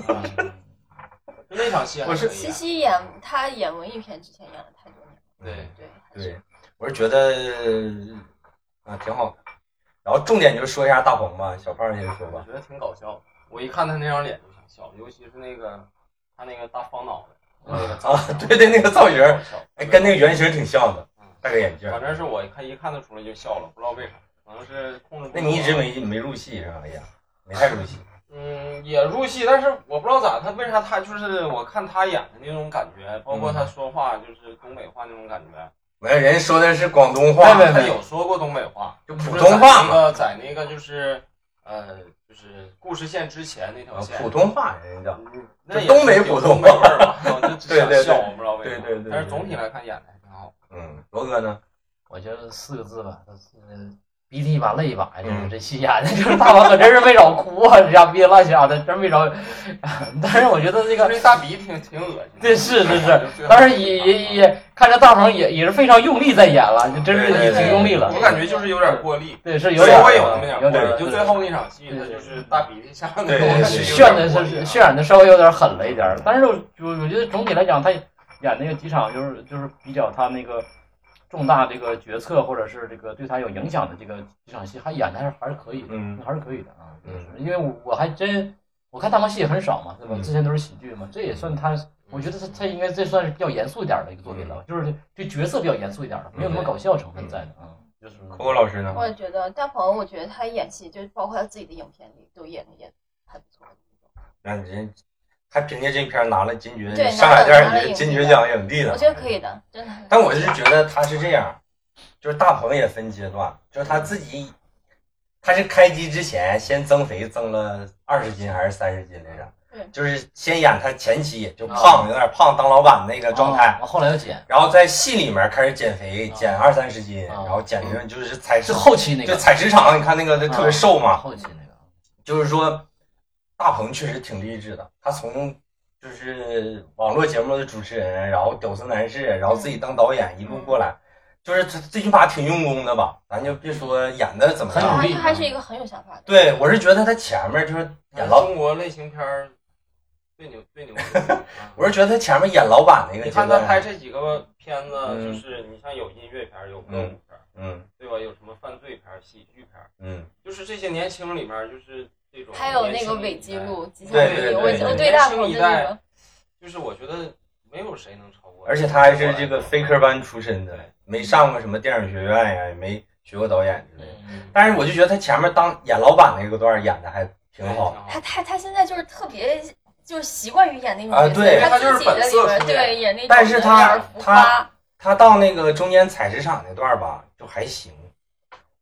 [SPEAKER 4] 就那场戏还
[SPEAKER 1] 我是
[SPEAKER 4] 可以
[SPEAKER 2] 七
[SPEAKER 4] 啊
[SPEAKER 2] 夕演他演文艺片之前演了太多年，
[SPEAKER 4] 对，
[SPEAKER 2] 对，还是
[SPEAKER 1] 对，我是觉得啊挺好的。然后重点就是说一下大鹏吧，小胖先说
[SPEAKER 4] 我
[SPEAKER 1] 吧。
[SPEAKER 4] 觉得挺搞笑的。我一看他那张脸就想笑，尤其是那个他那个大方脑袋那个造型
[SPEAKER 1] 啊对对那个造 型
[SPEAKER 4] 搞笑
[SPEAKER 1] 哎，跟那个原型挺像的，戴个眼镜。
[SPEAKER 4] 反正是我一看一看得出来就笑了，不知道为啥，可能是控制不
[SPEAKER 1] 那
[SPEAKER 4] 住。
[SPEAKER 1] 你一直没没入戏是吧？哎呀，没太入戏。
[SPEAKER 4] 嗯也入戏，但是我不知道咋他为啥他就是我看他演的那种感觉，包括他说话就是东北话那种感觉。
[SPEAKER 1] 没有人说的是广东话，
[SPEAKER 3] 没
[SPEAKER 4] 他有说过东北话，
[SPEAKER 1] 就普通话
[SPEAKER 4] 那
[SPEAKER 1] 嘛，
[SPEAKER 4] 个在那个就是呃就是故事线之前那条
[SPEAKER 1] 啊
[SPEAKER 4] 线。
[SPEAKER 1] 普通话人家叫。
[SPEAKER 4] 嗯那也
[SPEAKER 1] 就东北
[SPEAKER 4] 是有
[SPEAKER 1] 普
[SPEAKER 4] 东
[SPEAKER 1] 通
[SPEAKER 4] 北味儿吧，我就只
[SPEAKER 1] 对对
[SPEAKER 4] 想
[SPEAKER 1] 对
[SPEAKER 4] 笑，我不知道为
[SPEAKER 1] 对
[SPEAKER 4] 啥。
[SPEAKER 1] 对对对
[SPEAKER 4] 但是总体来看演的还挺好。
[SPEAKER 1] 嗯，罗哥呢？
[SPEAKER 3] 我觉得四个字吧，呃鼻涕一把泪一把，就是这戏演的，就是大王可真是没少哭啊，这家憋得乱想的，真没少。但是我觉得这
[SPEAKER 4] 就
[SPEAKER 3] 个，
[SPEAKER 4] 那大鼻挺挺恶心的。
[SPEAKER 3] 对是是
[SPEAKER 4] 是
[SPEAKER 3] 但是也也也看着大鹏也也是非常用力在演了，就真是
[SPEAKER 1] 对对
[SPEAKER 3] 也挺用力了
[SPEAKER 4] 我。感觉就是有点过力，
[SPEAKER 3] 对，是有
[SPEAKER 4] 稍
[SPEAKER 3] 点
[SPEAKER 4] 微有那么点
[SPEAKER 3] 有
[SPEAKER 4] 过
[SPEAKER 3] 点
[SPEAKER 4] 力。就最后那场戏，
[SPEAKER 3] 对
[SPEAKER 4] 他
[SPEAKER 3] 对
[SPEAKER 4] 就是大鼻涕下那
[SPEAKER 1] 对
[SPEAKER 4] 个，
[SPEAKER 1] 对
[SPEAKER 4] 我
[SPEAKER 1] 对
[SPEAKER 4] 感觉有
[SPEAKER 3] 渲的
[SPEAKER 4] 点过力
[SPEAKER 3] 是
[SPEAKER 4] 啊
[SPEAKER 3] 渲染的稍微有点狠了一点儿，但是我我我觉得总体来讲，他演那个几场就是就是比较他那个重大这个决策或者是这个对他有影响的这个几场戏，还演的还是还是可以的，
[SPEAKER 1] 嗯
[SPEAKER 3] 还是可以的啊，
[SPEAKER 1] 嗯
[SPEAKER 3] 就是因为我我还真我看大王戏也很少嘛，对吧？
[SPEAKER 1] 嗯
[SPEAKER 3] 之前都是喜剧嘛，这也算他，我觉得他他应该这算是比较严肃一点的一个作
[SPEAKER 1] 嗯
[SPEAKER 3] 品了，就是对角色比较严肃一点的，没有那么搞笑成分在的啊，就是
[SPEAKER 1] 扣扣老师呢？
[SPEAKER 2] 我也觉得大鹏，我觉得他演戏就是包括他自己的影片里都演的也还不错。
[SPEAKER 1] 那人还凭借这片拿了金爵，
[SPEAKER 2] 对
[SPEAKER 1] 上海
[SPEAKER 2] 拿了
[SPEAKER 1] 电影节金爵奖影帝呢
[SPEAKER 2] 我。觉得可以的，真的。
[SPEAKER 1] 但我是觉得他是这样，就是大鹏也分阶段，就是他自己，他是开机之前先增肥增了二十斤还是三十斤来着
[SPEAKER 2] 对？
[SPEAKER 1] 就是先演他前期就胖，有点胖当老板那个状态，
[SPEAKER 3] 啊后来又减，
[SPEAKER 1] 然后在戏里面开始减肥，
[SPEAKER 3] 啊
[SPEAKER 1] 减二三十斤，
[SPEAKER 3] 啊
[SPEAKER 1] 然后减成就是采
[SPEAKER 3] 是后期那
[SPEAKER 1] 就
[SPEAKER 3] 个啊
[SPEAKER 1] 采石场，你看那个就特别瘦嘛，
[SPEAKER 3] 后期那个。
[SPEAKER 1] 就是说，大鹏确实挺励志的。他从就是网络节目的主持人，然后屌丝男士，然后自己当导演，一路过来，
[SPEAKER 3] 嗯
[SPEAKER 1] 就是这最起码挺用功的吧。咱就别说演的怎么
[SPEAKER 3] 很努
[SPEAKER 2] 他
[SPEAKER 1] 样，
[SPEAKER 3] 力
[SPEAKER 2] 他还是一个很有想法的。
[SPEAKER 1] 对我是觉得他前面就是演老，
[SPEAKER 3] 嗯
[SPEAKER 4] 中国类型片儿最牛最牛 的。
[SPEAKER 1] 我是觉得他前面演老板那个阶
[SPEAKER 4] 你看他拍
[SPEAKER 1] 段，
[SPEAKER 4] 这几个片子，
[SPEAKER 1] 嗯
[SPEAKER 4] 就是你像有音乐片儿，有歌舞片儿，
[SPEAKER 1] 嗯
[SPEAKER 4] 对吧？有什么犯罪片儿、喜剧片儿，
[SPEAKER 1] 嗯，
[SPEAKER 4] 就是这些年轻里面儿就是这种。
[SPEAKER 2] 还有那个伪记，录，吉祥
[SPEAKER 1] 对
[SPEAKER 2] 物
[SPEAKER 1] 对
[SPEAKER 2] 我
[SPEAKER 1] 对
[SPEAKER 2] 我
[SPEAKER 1] 对
[SPEAKER 2] 对大鹏的那个，
[SPEAKER 4] 就是我觉得没有谁能超过。
[SPEAKER 1] 而且他还是这个非科班出身的
[SPEAKER 4] 对，
[SPEAKER 1] 没上过什么电影学院呀，也没学过导演之类的。
[SPEAKER 3] 嗯
[SPEAKER 1] 但是我就觉得他前面当演老板那个段儿演的还挺好的。
[SPEAKER 2] 他他他现在就是特别就是习惯于演那种
[SPEAKER 1] 啊
[SPEAKER 2] 角色，
[SPEAKER 1] 对
[SPEAKER 2] 他
[SPEAKER 4] 他就是
[SPEAKER 2] 自己的
[SPEAKER 4] 本
[SPEAKER 2] 里
[SPEAKER 4] 色
[SPEAKER 2] 边
[SPEAKER 4] 出演
[SPEAKER 2] 对演那种
[SPEAKER 1] 但是他
[SPEAKER 2] 有点浮夸，
[SPEAKER 1] 他到那个中间采石场那段儿吧，就还行，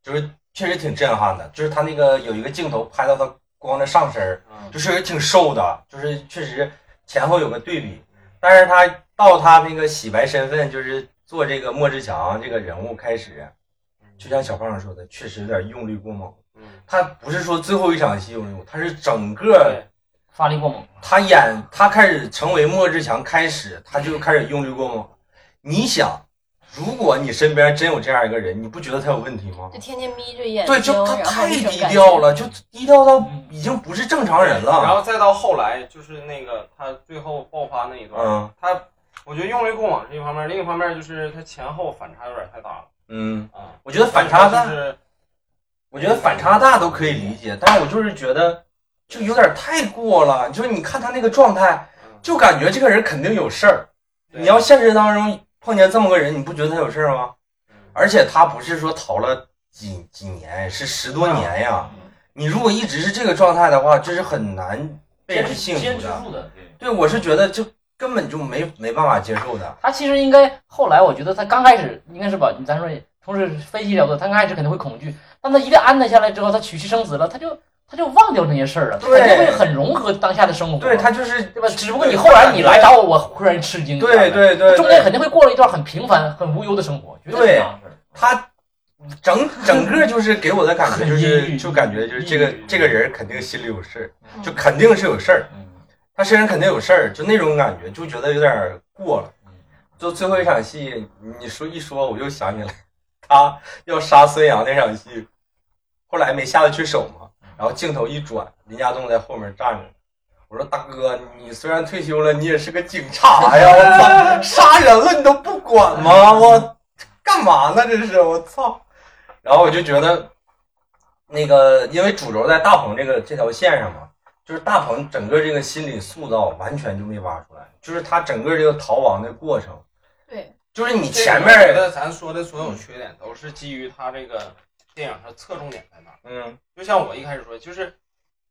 [SPEAKER 1] 就是确实挺震撼的。就是他那个有一个镜头拍到他光着上身儿，
[SPEAKER 4] 嗯
[SPEAKER 1] 就是挺瘦的，就是确实前后有个对比。但是他到他那个洗白身份，就是做这个莫志强这个人物开始，就像小胖说的，确实有点用力过猛。
[SPEAKER 4] 嗯
[SPEAKER 1] 他不是说最后一场戏用力过猛，他是整个
[SPEAKER 3] 发力过猛，
[SPEAKER 1] 他演他开始成为莫志强开始，他就开始用力过猛了。你想，如果你身边真有这样一个人，你不觉得他有问题吗
[SPEAKER 2] 就？天天眯着眼睛，
[SPEAKER 1] 对，就他
[SPEAKER 2] 然后
[SPEAKER 1] 太
[SPEAKER 2] 那种
[SPEAKER 1] 低
[SPEAKER 2] 感觉
[SPEAKER 1] 调。了，就低调到已经不是正常人
[SPEAKER 4] 嗯然
[SPEAKER 1] 了。
[SPEAKER 4] 后再到后来，就是那个他最后爆发那一段，
[SPEAKER 1] 嗯
[SPEAKER 4] 他我觉得用力过猛是一方面，另一方面就是他前后反差有点太大了
[SPEAKER 1] 嗯，
[SPEAKER 4] 啊。
[SPEAKER 1] 我觉得反差大
[SPEAKER 4] 就，是
[SPEAKER 1] 我觉得反差大都可以理解，但是我就是觉得就有点太过了。就是你看他那个状态，
[SPEAKER 4] 嗯
[SPEAKER 1] 就感觉这个人肯定有事儿。
[SPEAKER 4] 对
[SPEAKER 1] 你要现实当中碰见这么个人，你不觉得他有事儿吗？
[SPEAKER 4] 嗯
[SPEAKER 1] 而且他不是说逃了几几年，是十多年呀。
[SPEAKER 3] 嗯
[SPEAKER 1] 你如果一直是这个状态的话，这是很难被人幸
[SPEAKER 3] 坚
[SPEAKER 1] 福
[SPEAKER 3] 持
[SPEAKER 1] 的。
[SPEAKER 3] 住的。
[SPEAKER 1] 对，我是觉得这根本就没没办法接受的。
[SPEAKER 3] 他其实应该后来，我觉得他刚开始应该是吧，咱说同时分析了解，他刚开始肯定会恐惧，但他一旦安顿下来之后，他娶妻生子了，他就他就忘掉那些事儿了，他
[SPEAKER 1] 对
[SPEAKER 3] 肯定会很融合当下的生活。
[SPEAKER 1] 对他就是
[SPEAKER 3] 对吧？只不过你后来你来找我，我忽然吃惊。
[SPEAKER 1] 对对对，
[SPEAKER 3] 他中间
[SPEAKER 1] 对
[SPEAKER 3] 肯定会过了一段很平凡、很无忧的生活，绝是这样的事儿。
[SPEAKER 1] 他整整个就是给我的感觉就
[SPEAKER 3] 很抑郁
[SPEAKER 1] 是，就感觉就是这个
[SPEAKER 3] 抑郁
[SPEAKER 1] 这个人肯定心里有事儿，
[SPEAKER 2] 嗯
[SPEAKER 1] 就肯定是有事儿，
[SPEAKER 3] 嗯，
[SPEAKER 1] 他身上肯定有事儿，就那种感觉，就觉得有点儿过了
[SPEAKER 3] 嗯。
[SPEAKER 1] 就最后一场戏，你说一说我又想起来，他要杀孙杨那场戏，后来没下得去手嘛，然后镜头一转，林家栋在后面站着。我说大哥，你虽然退休了，你也是个警察呀！我操，杀人了你都不管吗？我干嘛呢？这是我操！然后我就觉得，那个因为主轴在大鹏这个这条线上嘛，就是大鹏整个这个心理塑造完全就没挖出来，就是他整个这个逃亡的过程，
[SPEAKER 2] 对，
[SPEAKER 1] 就是你
[SPEAKER 4] 你
[SPEAKER 1] 前
[SPEAKER 4] 我觉
[SPEAKER 1] 面
[SPEAKER 4] 得咱说的所有缺点都是基于他这个电影上侧重点在哪儿。
[SPEAKER 1] 嗯
[SPEAKER 4] 就像我一开始说，就是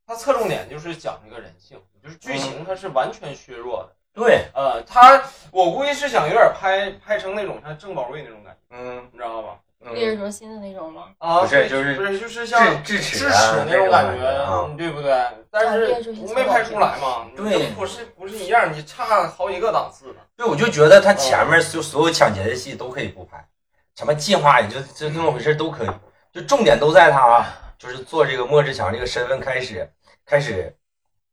[SPEAKER 4] 他侧重点就是讲这个人性，就是剧情它是完全削弱的。
[SPEAKER 1] 对
[SPEAKER 4] 呃，他我估计是想有点拍拍成那种像郑宝瑞那种感觉，
[SPEAKER 1] 嗯
[SPEAKER 4] 你知道吧？
[SPEAKER 2] 烈日
[SPEAKER 1] 嗯
[SPEAKER 2] 灼心的那种吗？
[SPEAKER 4] 啊，
[SPEAKER 1] 不是
[SPEAKER 4] 对
[SPEAKER 1] 就是
[SPEAKER 4] 不是就是像
[SPEAKER 1] 智智齿
[SPEAKER 4] 智齿
[SPEAKER 1] 啊
[SPEAKER 4] 那种
[SPEAKER 1] 感
[SPEAKER 4] 感觉，
[SPEAKER 1] 啊，
[SPEAKER 4] 嗯对不对？但
[SPEAKER 2] 啊对就是是
[SPEAKER 4] 没拍出来嘛，
[SPEAKER 1] 对
[SPEAKER 4] 不是不是一样，你差好几个档次呢。
[SPEAKER 1] 对，我就觉得他前面就所有抢劫的戏都可以不拍，什么计划也就就那么回事都可以，就重点都在他啊就是做这个莫志强这个身份开始开始，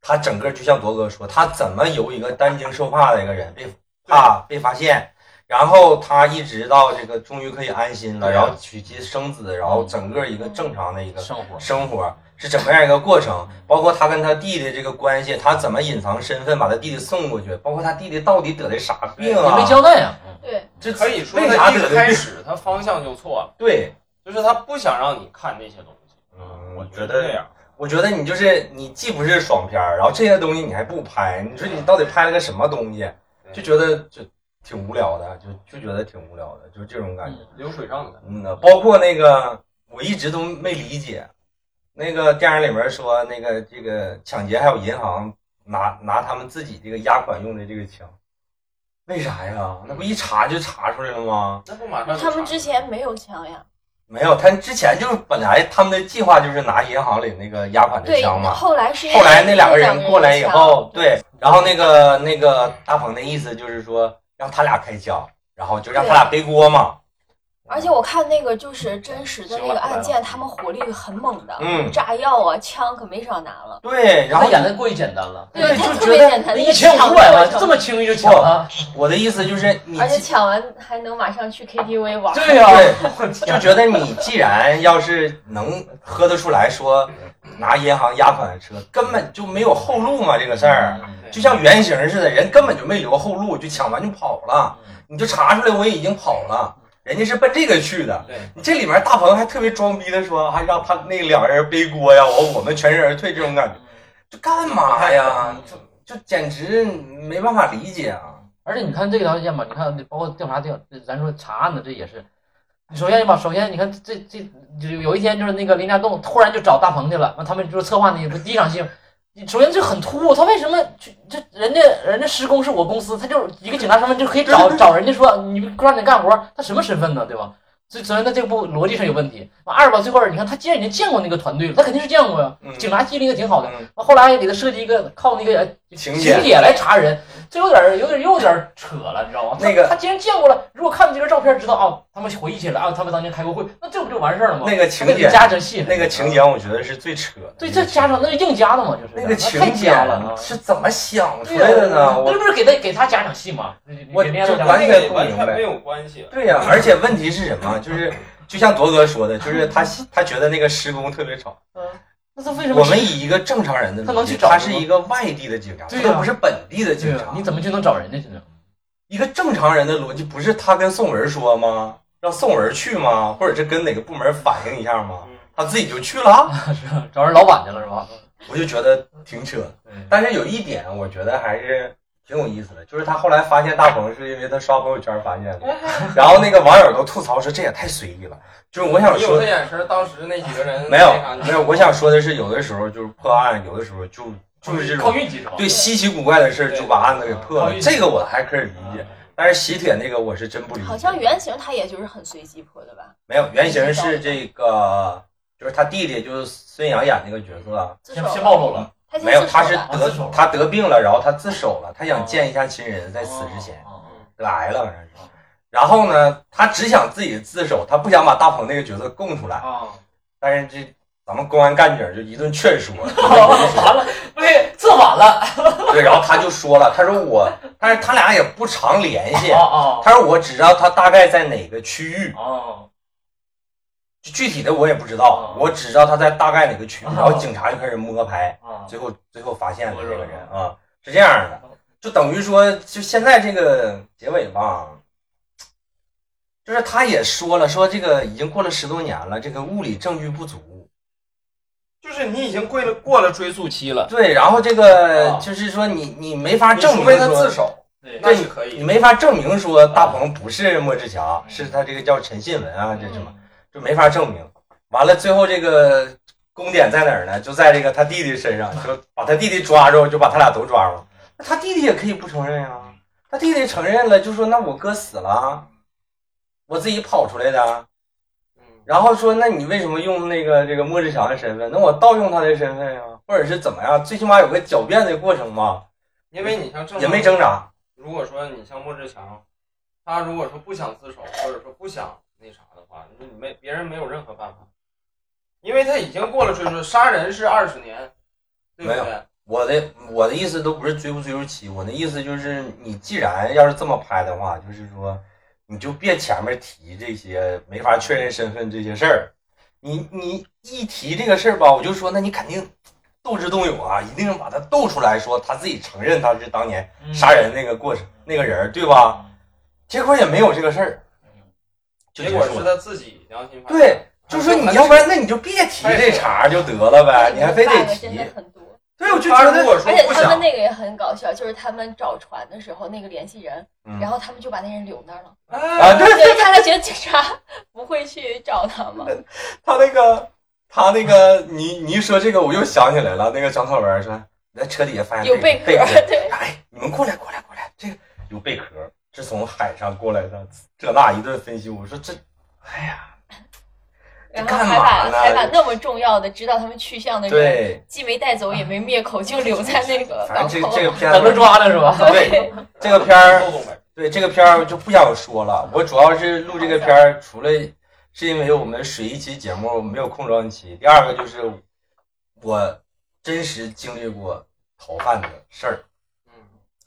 [SPEAKER 1] 他整个就像铎哥说，他怎么由一个担惊受怕的一个人被怕被发现，然后他一直到这个终于可以安心了，
[SPEAKER 3] 对啊
[SPEAKER 1] 然后娶妻生子，然后整个一个正常的一个
[SPEAKER 3] 生活
[SPEAKER 1] 生活是怎么样一个过程，包括他跟他弟弟这个关系，他怎么隐藏身份把他弟弟送过去，包括他弟弟到底得的啥病
[SPEAKER 3] 你
[SPEAKER 1] 啊？
[SPEAKER 3] 没交代呀。
[SPEAKER 2] 对，
[SPEAKER 1] 这
[SPEAKER 4] 可以说
[SPEAKER 1] 为
[SPEAKER 4] 他
[SPEAKER 1] 啥
[SPEAKER 4] 一
[SPEAKER 1] 得
[SPEAKER 4] 开
[SPEAKER 1] 病？
[SPEAKER 4] 始他方向就错了，
[SPEAKER 1] 对，
[SPEAKER 4] 就是他不想让你看那些东西。
[SPEAKER 1] 嗯
[SPEAKER 4] 我
[SPEAKER 1] 我
[SPEAKER 4] 觉
[SPEAKER 1] 觉
[SPEAKER 4] 得
[SPEAKER 1] 得
[SPEAKER 4] 这样。
[SPEAKER 1] 我觉得你就是你既不是爽片儿，然后这些东西你还不拍，你说你到底拍了个什么东西？就觉得就挺无聊的，就就觉得挺无聊的，就是这种感觉。
[SPEAKER 3] 嗯
[SPEAKER 4] 流水账的感
[SPEAKER 1] 嗯，包括那个我一直都没理解，那个电影里面说那个这个抢劫还有银行拿拿他们自己这个押款用的这个枪，为啥呀？那不一查就查出来了吗？
[SPEAKER 4] 觉，那不马上就
[SPEAKER 2] 他们
[SPEAKER 4] 查
[SPEAKER 2] 之前没有枪呀，
[SPEAKER 1] 没有，他之前就是本来他们的计划就是拿银行里那个押款的
[SPEAKER 2] 对，
[SPEAKER 1] 枪嘛。
[SPEAKER 2] 后来是因为
[SPEAKER 1] 后来那两
[SPEAKER 2] 个
[SPEAKER 1] 个人过来以后，对，然后那个那个大鹏的意思就是说让他俩开枪，然后就让他俩背锅嘛。
[SPEAKER 2] 而且我看那个就是真实的那个案
[SPEAKER 4] 行了
[SPEAKER 2] 件，他们火力很猛的，
[SPEAKER 1] 嗯
[SPEAKER 2] 炸药啊、枪可没少拿了。
[SPEAKER 1] 对，然
[SPEAKER 3] 他
[SPEAKER 1] 后
[SPEAKER 3] 演的过于简单了，
[SPEAKER 1] 对
[SPEAKER 2] 他
[SPEAKER 1] 就
[SPEAKER 2] 特
[SPEAKER 1] 觉
[SPEAKER 2] 别
[SPEAKER 1] 得
[SPEAKER 2] 简单，
[SPEAKER 3] 一千五百万这
[SPEAKER 2] 么，
[SPEAKER 3] 么轻易就抢了，
[SPEAKER 1] 我的意思就是你
[SPEAKER 2] 而且
[SPEAKER 1] 既
[SPEAKER 2] 抢完还能马上去 KTV 玩。
[SPEAKER 3] 对呀、
[SPEAKER 1] 对
[SPEAKER 3] 我天
[SPEAKER 1] 就觉得你既然要是能喝得出来说拿银行押款的车，根本就没有后路嘛，这个事儿
[SPEAKER 3] 嗯
[SPEAKER 1] 就像原型似的，人根本就没留后路，就抢完就跑了，你就查出来我也已经跑了，人家是奔这个去的。
[SPEAKER 4] 对，
[SPEAKER 1] 你这里面大鹏还特别装逼的说，还让他那两个人背锅呀，我我们全身而退这种感觉，就干嘛呀？就就简直没办法理解啊！
[SPEAKER 3] 而且你看这个条件吧，你看包括调查调，咱说查案的这也是，你首先吧，首先你看这这这有一天就是那个林家栋突然就找大鹏去了，完他们就是策划那个第一场戏，你首先就很突兀，他为什么就这人家人家施工是我公司，他就是一个警察身份就可以找找人家说你不让你干活，他什么身份呢，对吧？所以首先他这个不逻辑上有问题，完二吧，最后你看他既然已经见过那个团队了，他肯定是见过呀，
[SPEAKER 1] 嗯
[SPEAKER 3] 警察记忆力也挺好的。
[SPEAKER 1] 嗯，
[SPEAKER 3] 后来给他设计一个靠那个呃
[SPEAKER 1] 情
[SPEAKER 3] 情
[SPEAKER 1] 节
[SPEAKER 3] 节来查人，这有点儿有点儿又有点儿扯了，你知道吗？他
[SPEAKER 1] 那个
[SPEAKER 3] 他既然见过了，如果看这个照片知道啊，他们回忆起来啊，他们当年开过会，那这不就完事儿了吗？
[SPEAKER 1] 那个情
[SPEAKER 3] 他给
[SPEAKER 1] 节
[SPEAKER 3] 你加真戏，
[SPEAKER 1] 那个情，节我觉得是最扯的。
[SPEAKER 3] 对，这加上那是硬加的嘛，就是
[SPEAKER 1] 那个情
[SPEAKER 3] 太
[SPEAKER 1] 节啊
[SPEAKER 3] 加了啊。
[SPEAKER 1] 是怎么想出
[SPEAKER 3] 对呀
[SPEAKER 1] 来的呢？我
[SPEAKER 3] 这不是给他给他加场戏吗？
[SPEAKER 1] 我
[SPEAKER 3] 给人家
[SPEAKER 1] 就
[SPEAKER 3] 加
[SPEAKER 1] 完
[SPEAKER 4] 完
[SPEAKER 1] 全
[SPEAKER 4] 全
[SPEAKER 1] 不
[SPEAKER 4] 完
[SPEAKER 1] 明
[SPEAKER 4] 全
[SPEAKER 1] 白
[SPEAKER 4] 没有关系。
[SPEAKER 1] 对呀、而且问题是什么？就是就像铎哥说的，就是他他觉得那个施工特别吵。
[SPEAKER 3] 那他为什么
[SPEAKER 1] 我们以一个正常人的
[SPEAKER 3] 他能
[SPEAKER 1] 逻辑，
[SPEAKER 3] 去找
[SPEAKER 1] 他
[SPEAKER 3] 人
[SPEAKER 1] 是
[SPEAKER 3] 吗
[SPEAKER 1] 一个外地的警察，
[SPEAKER 3] 对
[SPEAKER 1] 他
[SPEAKER 3] 呀
[SPEAKER 1] 都不是本地的警
[SPEAKER 3] 对啊
[SPEAKER 1] 察
[SPEAKER 3] 你。怎么就能找人家去呢？
[SPEAKER 1] 一个正常人的逻辑，不是他跟宋文说吗？让宋文去吗？或者是跟哪个部门反映一下吗？
[SPEAKER 4] 嗯
[SPEAKER 1] 他自己就去了，
[SPEAKER 3] 找人老板去了是吧？
[SPEAKER 1] 我就觉得挺扯的。但是有一点，我觉得还是挺有意思的，就是他后来发现大鹏是因为他刷朋友圈发现的，然后那个网友都吐槽说这也太随意了。就是我想
[SPEAKER 4] 你有
[SPEAKER 1] 说
[SPEAKER 4] 这，眼神，当时那几个 人
[SPEAKER 1] 没有
[SPEAKER 4] 那啥你
[SPEAKER 1] 没有，我想说的是，有的时候就是破案，有的时候就就是这
[SPEAKER 3] 靠
[SPEAKER 1] 种
[SPEAKER 3] 运气是吧？
[SPEAKER 1] 对稀奇古怪的事儿
[SPEAKER 4] 对
[SPEAKER 1] 就把案子给破
[SPEAKER 3] 靠
[SPEAKER 1] 了，
[SPEAKER 3] 运气
[SPEAKER 1] 这个我还可以理解。但是喜帖那个我是真不理解。
[SPEAKER 2] 好像原型他也就是很随机破的吧？
[SPEAKER 1] 没有原型是这个，就是他弟弟，就是孙杨演那个角色啊，
[SPEAKER 2] 自
[SPEAKER 3] 先
[SPEAKER 2] 首
[SPEAKER 3] 先
[SPEAKER 2] 了，
[SPEAKER 3] 暴露了，
[SPEAKER 2] 他先
[SPEAKER 1] 没有，
[SPEAKER 2] 自首
[SPEAKER 1] 他是
[SPEAKER 2] 了
[SPEAKER 3] 啊
[SPEAKER 1] 得
[SPEAKER 3] 自首了
[SPEAKER 1] 他得病了，然后他自首了，他想见一下亲人，在死之前
[SPEAKER 3] 哦，
[SPEAKER 4] 嗯
[SPEAKER 3] 哦
[SPEAKER 1] 得癌了，好像是。然后呢，他只想自己自首，他不想把大鹏那个角色供出来。
[SPEAKER 3] 哦
[SPEAKER 4] 啊，
[SPEAKER 1] 但是这咱们公安干警就一顿劝 说，
[SPEAKER 3] 哦 完了， 被测反了，
[SPEAKER 1] 对，然后他就说了，他说我，但是他俩也不常联系
[SPEAKER 3] 哦，哦
[SPEAKER 1] 他说我只知道他大概在哪个区域，
[SPEAKER 3] 哦
[SPEAKER 1] 具体的我也不知道
[SPEAKER 3] 哦，
[SPEAKER 1] 我只知道他在大概哪个区域，
[SPEAKER 3] 哦
[SPEAKER 1] 然后警察就开始摸排，
[SPEAKER 3] 哦，
[SPEAKER 1] 最后最后发现了这个人
[SPEAKER 3] 哦
[SPEAKER 1] 啊，是这样的，就等于说，就现在这个结尾吧，就是他也说了，说这个已经过了十多年了，这个物理证据不足，
[SPEAKER 4] 就是你已经过了过了追诉期了，
[SPEAKER 1] 对，然后这个
[SPEAKER 3] 哦
[SPEAKER 1] 就是说你你没法
[SPEAKER 4] 你
[SPEAKER 1] 证
[SPEAKER 4] 啊除
[SPEAKER 1] 明
[SPEAKER 4] 非他
[SPEAKER 1] 说
[SPEAKER 4] 自首，
[SPEAKER 3] 对
[SPEAKER 4] 那是可
[SPEAKER 1] 你
[SPEAKER 4] 以。
[SPEAKER 1] 没法证明说大鹏不是莫志强，是他这个叫陈信文啊，这什么，就没法证明。完了，最后这个功点在哪儿呢？就在这个他弟弟身上，就把他弟弟抓住，就把他俩都抓住。那他弟弟也可以不承认啊，他弟弟承认了，就说那我哥死了啊，我自己跑出来的啊。
[SPEAKER 4] 嗯
[SPEAKER 1] 然后说，那你为什么用那个这个莫志强的身份？那我盗用他的身份啊，或者是怎么样？最起码有个狡辩的过程嘛，
[SPEAKER 4] 因为你像正
[SPEAKER 1] 也没
[SPEAKER 4] 常
[SPEAKER 1] 挣扎。
[SPEAKER 4] 如果说你像莫志强，他如果说不想自首，或者说不想那啥的话，你没别人没有任何办法，因为他已经过了追诉，杀人是二十年，对不
[SPEAKER 1] 没
[SPEAKER 4] 对？
[SPEAKER 1] 我的我的意思都不是追不追求期，我的意思就是，你既然要是这么拍的话，就是说，你就别前面提这些没法确认身份这些事儿，你你一提这个事儿吧，我就说，那你肯定斗智斗勇啊，一定把他斗出来说他自己承认他是当年杀人那个过程、那个人儿，对吧？
[SPEAKER 3] 吧？
[SPEAKER 1] 结果也没有这个事儿，就
[SPEAKER 4] 结
[SPEAKER 1] 结
[SPEAKER 4] 果
[SPEAKER 1] 束
[SPEAKER 4] 是
[SPEAKER 1] 了。
[SPEAKER 4] 他自己良心发啊现。
[SPEAKER 1] 对，就是说你要不然那你就别提这茬儿就得了呗，呃你还非得
[SPEAKER 2] bug 真的
[SPEAKER 1] 提。
[SPEAKER 2] 很多。
[SPEAKER 1] 哎对，我就
[SPEAKER 4] 他
[SPEAKER 1] 觉
[SPEAKER 4] 如
[SPEAKER 1] 得，
[SPEAKER 4] 果说
[SPEAKER 2] 而且
[SPEAKER 4] 不
[SPEAKER 2] 他们
[SPEAKER 4] 想，
[SPEAKER 2] 那个也很搞笑，就是他们找船的时候，那个联系人，
[SPEAKER 1] 嗯
[SPEAKER 2] 然后他们就把那人留那儿了，
[SPEAKER 1] 啊，
[SPEAKER 4] 哎
[SPEAKER 1] 对。
[SPEAKER 2] 对，他还觉得警察不会去找他们。
[SPEAKER 1] 呃他那个，他那个，你你一说这个，我又想起来了。那个张颂文说，在车底下发现
[SPEAKER 2] 有
[SPEAKER 1] 贝
[SPEAKER 2] 贝壳
[SPEAKER 1] 壳，
[SPEAKER 2] 对
[SPEAKER 1] 哎，你们过来，过来，过来，这个有贝壳，是从海上过来的，这那一顿分析，我说这，哎呀，
[SPEAKER 2] 然
[SPEAKER 1] 这
[SPEAKER 2] 后
[SPEAKER 1] 干
[SPEAKER 2] 还
[SPEAKER 1] 嘛
[SPEAKER 2] 把
[SPEAKER 1] 呢
[SPEAKER 2] 还把那么重要的指导他们去向的人，
[SPEAKER 1] 对，
[SPEAKER 2] 既没带走也没灭口，就留在那个
[SPEAKER 1] 反
[SPEAKER 2] 港
[SPEAKER 1] 正这这个
[SPEAKER 2] 口。
[SPEAKER 1] 片
[SPEAKER 3] 等着
[SPEAKER 1] 子，
[SPEAKER 3] 抓呢是 吧？
[SPEAKER 1] 对这个片儿，
[SPEAKER 4] 豆豆呗
[SPEAKER 1] 对这个片儿就不想说了。我主要是录这个片儿，除了是因为我们水一期节目没有空窗期，第二个就是我真实经历过逃犯的事儿。
[SPEAKER 4] 嗯，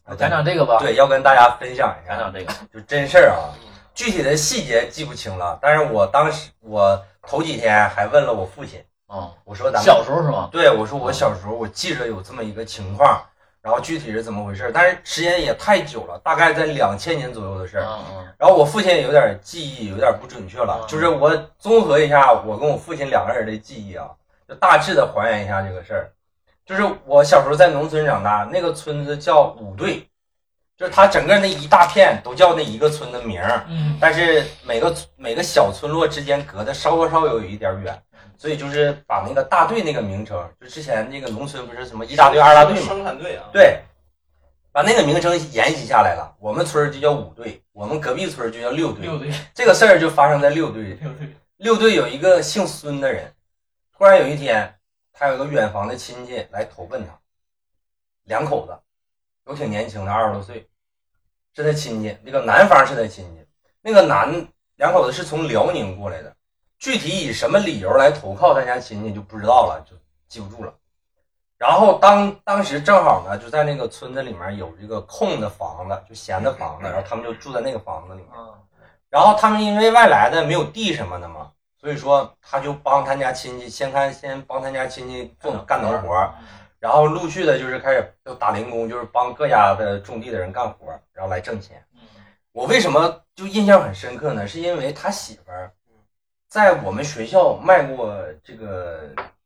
[SPEAKER 1] 我
[SPEAKER 3] 讲讲这个吧，
[SPEAKER 1] 对，要跟大家分享一
[SPEAKER 3] 讲
[SPEAKER 1] 下，
[SPEAKER 3] 讲这个，
[SPEAKER 1] 就真事儿啊。具体的细节记不清了，但是我当时我头几天还问了我父亲，
[SPEAKER 3] 嗯，
[SPEAKER 1] 我说咱们
[SPEAKER 3] 小时候是吗？
[SPEAKER 1] 对我说我小时候我记着有这么一个情况，然后具体是怎么回事，但是时间也太久了，大概在两千年左右的事儿。
[SPEAKER 3] 嗯嗯，
[SPEAKER 1] 然后我父亲也有点记忆有点不准确了
[SPEAKER 3] 嗯，
[SPEAKER 1] 就是我综合一下我跟我父亲两个人的记忆啊，就大致的还原一下这个事儿。就是我小时候在农村长大，那个村子叫五队，就是它整个那一大片都叫那一个村的名儿，
[SPEAKER 3] 嗯
[SPEAKER 1] 但是每个村每个小村落之间隔的稍稍稍有一点远，所以就是把那个大队那个名称，就之前那个农村不是什么一大队二大队吗？
[SPEAKER 4] 生产队啊，，
[SPEAKER 1] 对，把那个名称沿袭下来了。我们村儿就叫五队，我们隔壁村儿就叫六队。
[SPEAKER 3] 六队
[SPEAKER 1] 这个事儿就发生在六队。
[SPEAKER 3] 六队，
[SPEAKER 1] 六队有一个姓孙的人，突然有一天，他有个远房的亲戚来投奔他，两口子，都挺年轻的，二十多岁，是他亲戚。那个男方是他亲戚，那个男两口子是从辽宁过来的，具体以什么理由来投靠他家亲戚就不知道了，就记不住了。然后当当时正好呢，就在那个村子里面有这个空的房子，就闲的房子，然后他们就住在那个房子里面。
[SPEAKER 3] 嗯
[SPEAKER 1] 然后他们因为外来的没有地什么的嘛，所以说他就帮他家亲戚先看，先帮他家亲戚做干农活儿，然后陆续的就是开始就打零工，就是帮各家的种地的人干活儿，然后来挣钱。
[SPEAKER 3] 嗯
[SPEAKER 1] 我为什么就印象很深刻呢？是因为他媳妇儿在我们学校卖过这个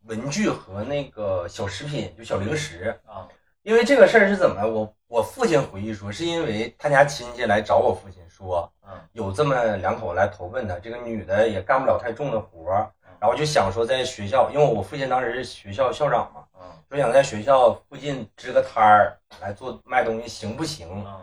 [SPEAKER 1] 文具和那个小食品，就小零食。
[SPEAKER 3] 啊，
[SPEAKER 1] 因为这个事儿是怎么？我我父亲回忆说，是因为他家亲戚来找我父亲说
[SPEAKER 3] 嗯，
[SPEAKER 1] 有这么两口来投奔他，这个女的也干不了太重的活儿
[SPEAKER 3] 嗯，
[SPEAKER 1] 然后就想说在学校，因为我父亲当时是学校校长嘛，
[SPEAKER 3] 嗯
[SPEAKER 1] 说想在学校附近支个摊儿来做卖东西，行不行？
[SPEAKER 3] 嗯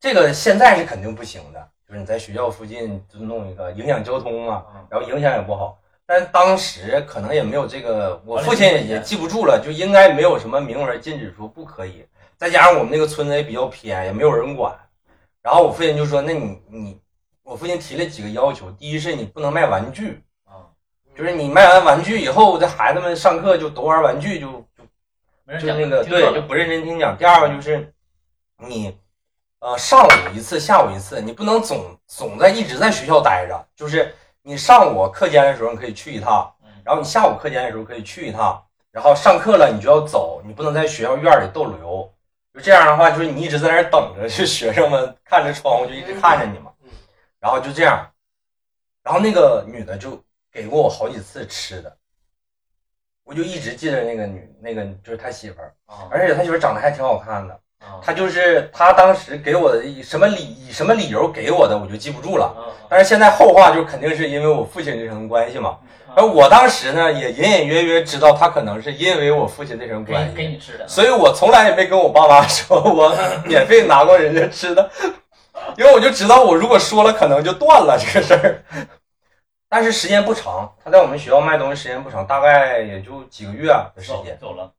[SPEAKER 1] 这个现在是肯定不行的，就是你在学校附近就弄一个，影响交通嘛，啊
[SPEAKER 3] 嗯
[SPEAKER 1] 然后影响也不好。但是当时可能也没有这个，我
[SPEAKER 4] 管理
[SPEAKER 1] 父亲
[SPEAKER 4] 层
[SPEAKER 1] 也也记不住了，就应该没有什么明文禁止说不可以。再加上我们那个村子也比较偏，也没有人管。然后我父亲就说：“那你你，我父亲提了几个要求，第一是你不能卖玩具，
[SPEAKER 3] 啊，
[SPEAKER 1] 就是你卖完玩具以后，这孩子们上课就都玩玩具，就
[SPEAKER 3] 没人
[SPEAKER 1] 就
[SPEAKER 3] 讲
[SPEAKER 1] 那个
[SPEAKER 3] 听课
[SPEAKER 1] 对，就
[SPEAKER 3] 了
[SPEAKER 1] 不认真听讲。第二个就是你，呃，上午一次，下午一次，你不能总总在一直在学校待着。就是你上午课间的时候你可以去一趟
[SPEAKER 3] 嗯，
[SPEAKER 1] 然后你下午课间的时候可以去一趟，然后上课了你就要走，你不能在学校院里逗留。就这样的话，就是你一直在那儿等着，就学生们看着窗户就一直看着你嘛
[SPEAKER 4] 嗯。
[SPEAKER 1] 然后就这样，然后那个女的就给过我好几次吃的，我就一直记着那个女那个就是他媳妇儿。
[SPEAKER 3] 啊
[SPEAKER 1] 而且他媳妇长得还挺好看的，
[SPEAKER 3] 啊
[SPEAKER 1] 他就是他当时给我的以什么理以什么理由给我的，我就记不住了。
[SPEAKER 3] 啊
[SPEAKER 1] 但是现在后话就肯定是因为我父亲这层关系嘛，
[SPEAKER 3] 嗯
[SPEAKER 1] 而我当时呢也隐隐约约知道他可能是因为我父亲这层
[SPEAKER 3] 给
[SPEAKER 1] 关
[SPEAKER 3] 你给
[SPEAKER 1] 系，
[SPEAKER 3] 你吃的，
[SPEAKER 1] 所以我从来也没跟我爸妈说 我免费拿过人家吃的，因为我就知道我如果说了可能就断了这个事儿。但是时间不长，他在我们学校卖东西时间不长，大概也就几个月的时
[SPEAKER 3] 走
[SPEAKER 1] 间，
[SPEAKER 3] 走了，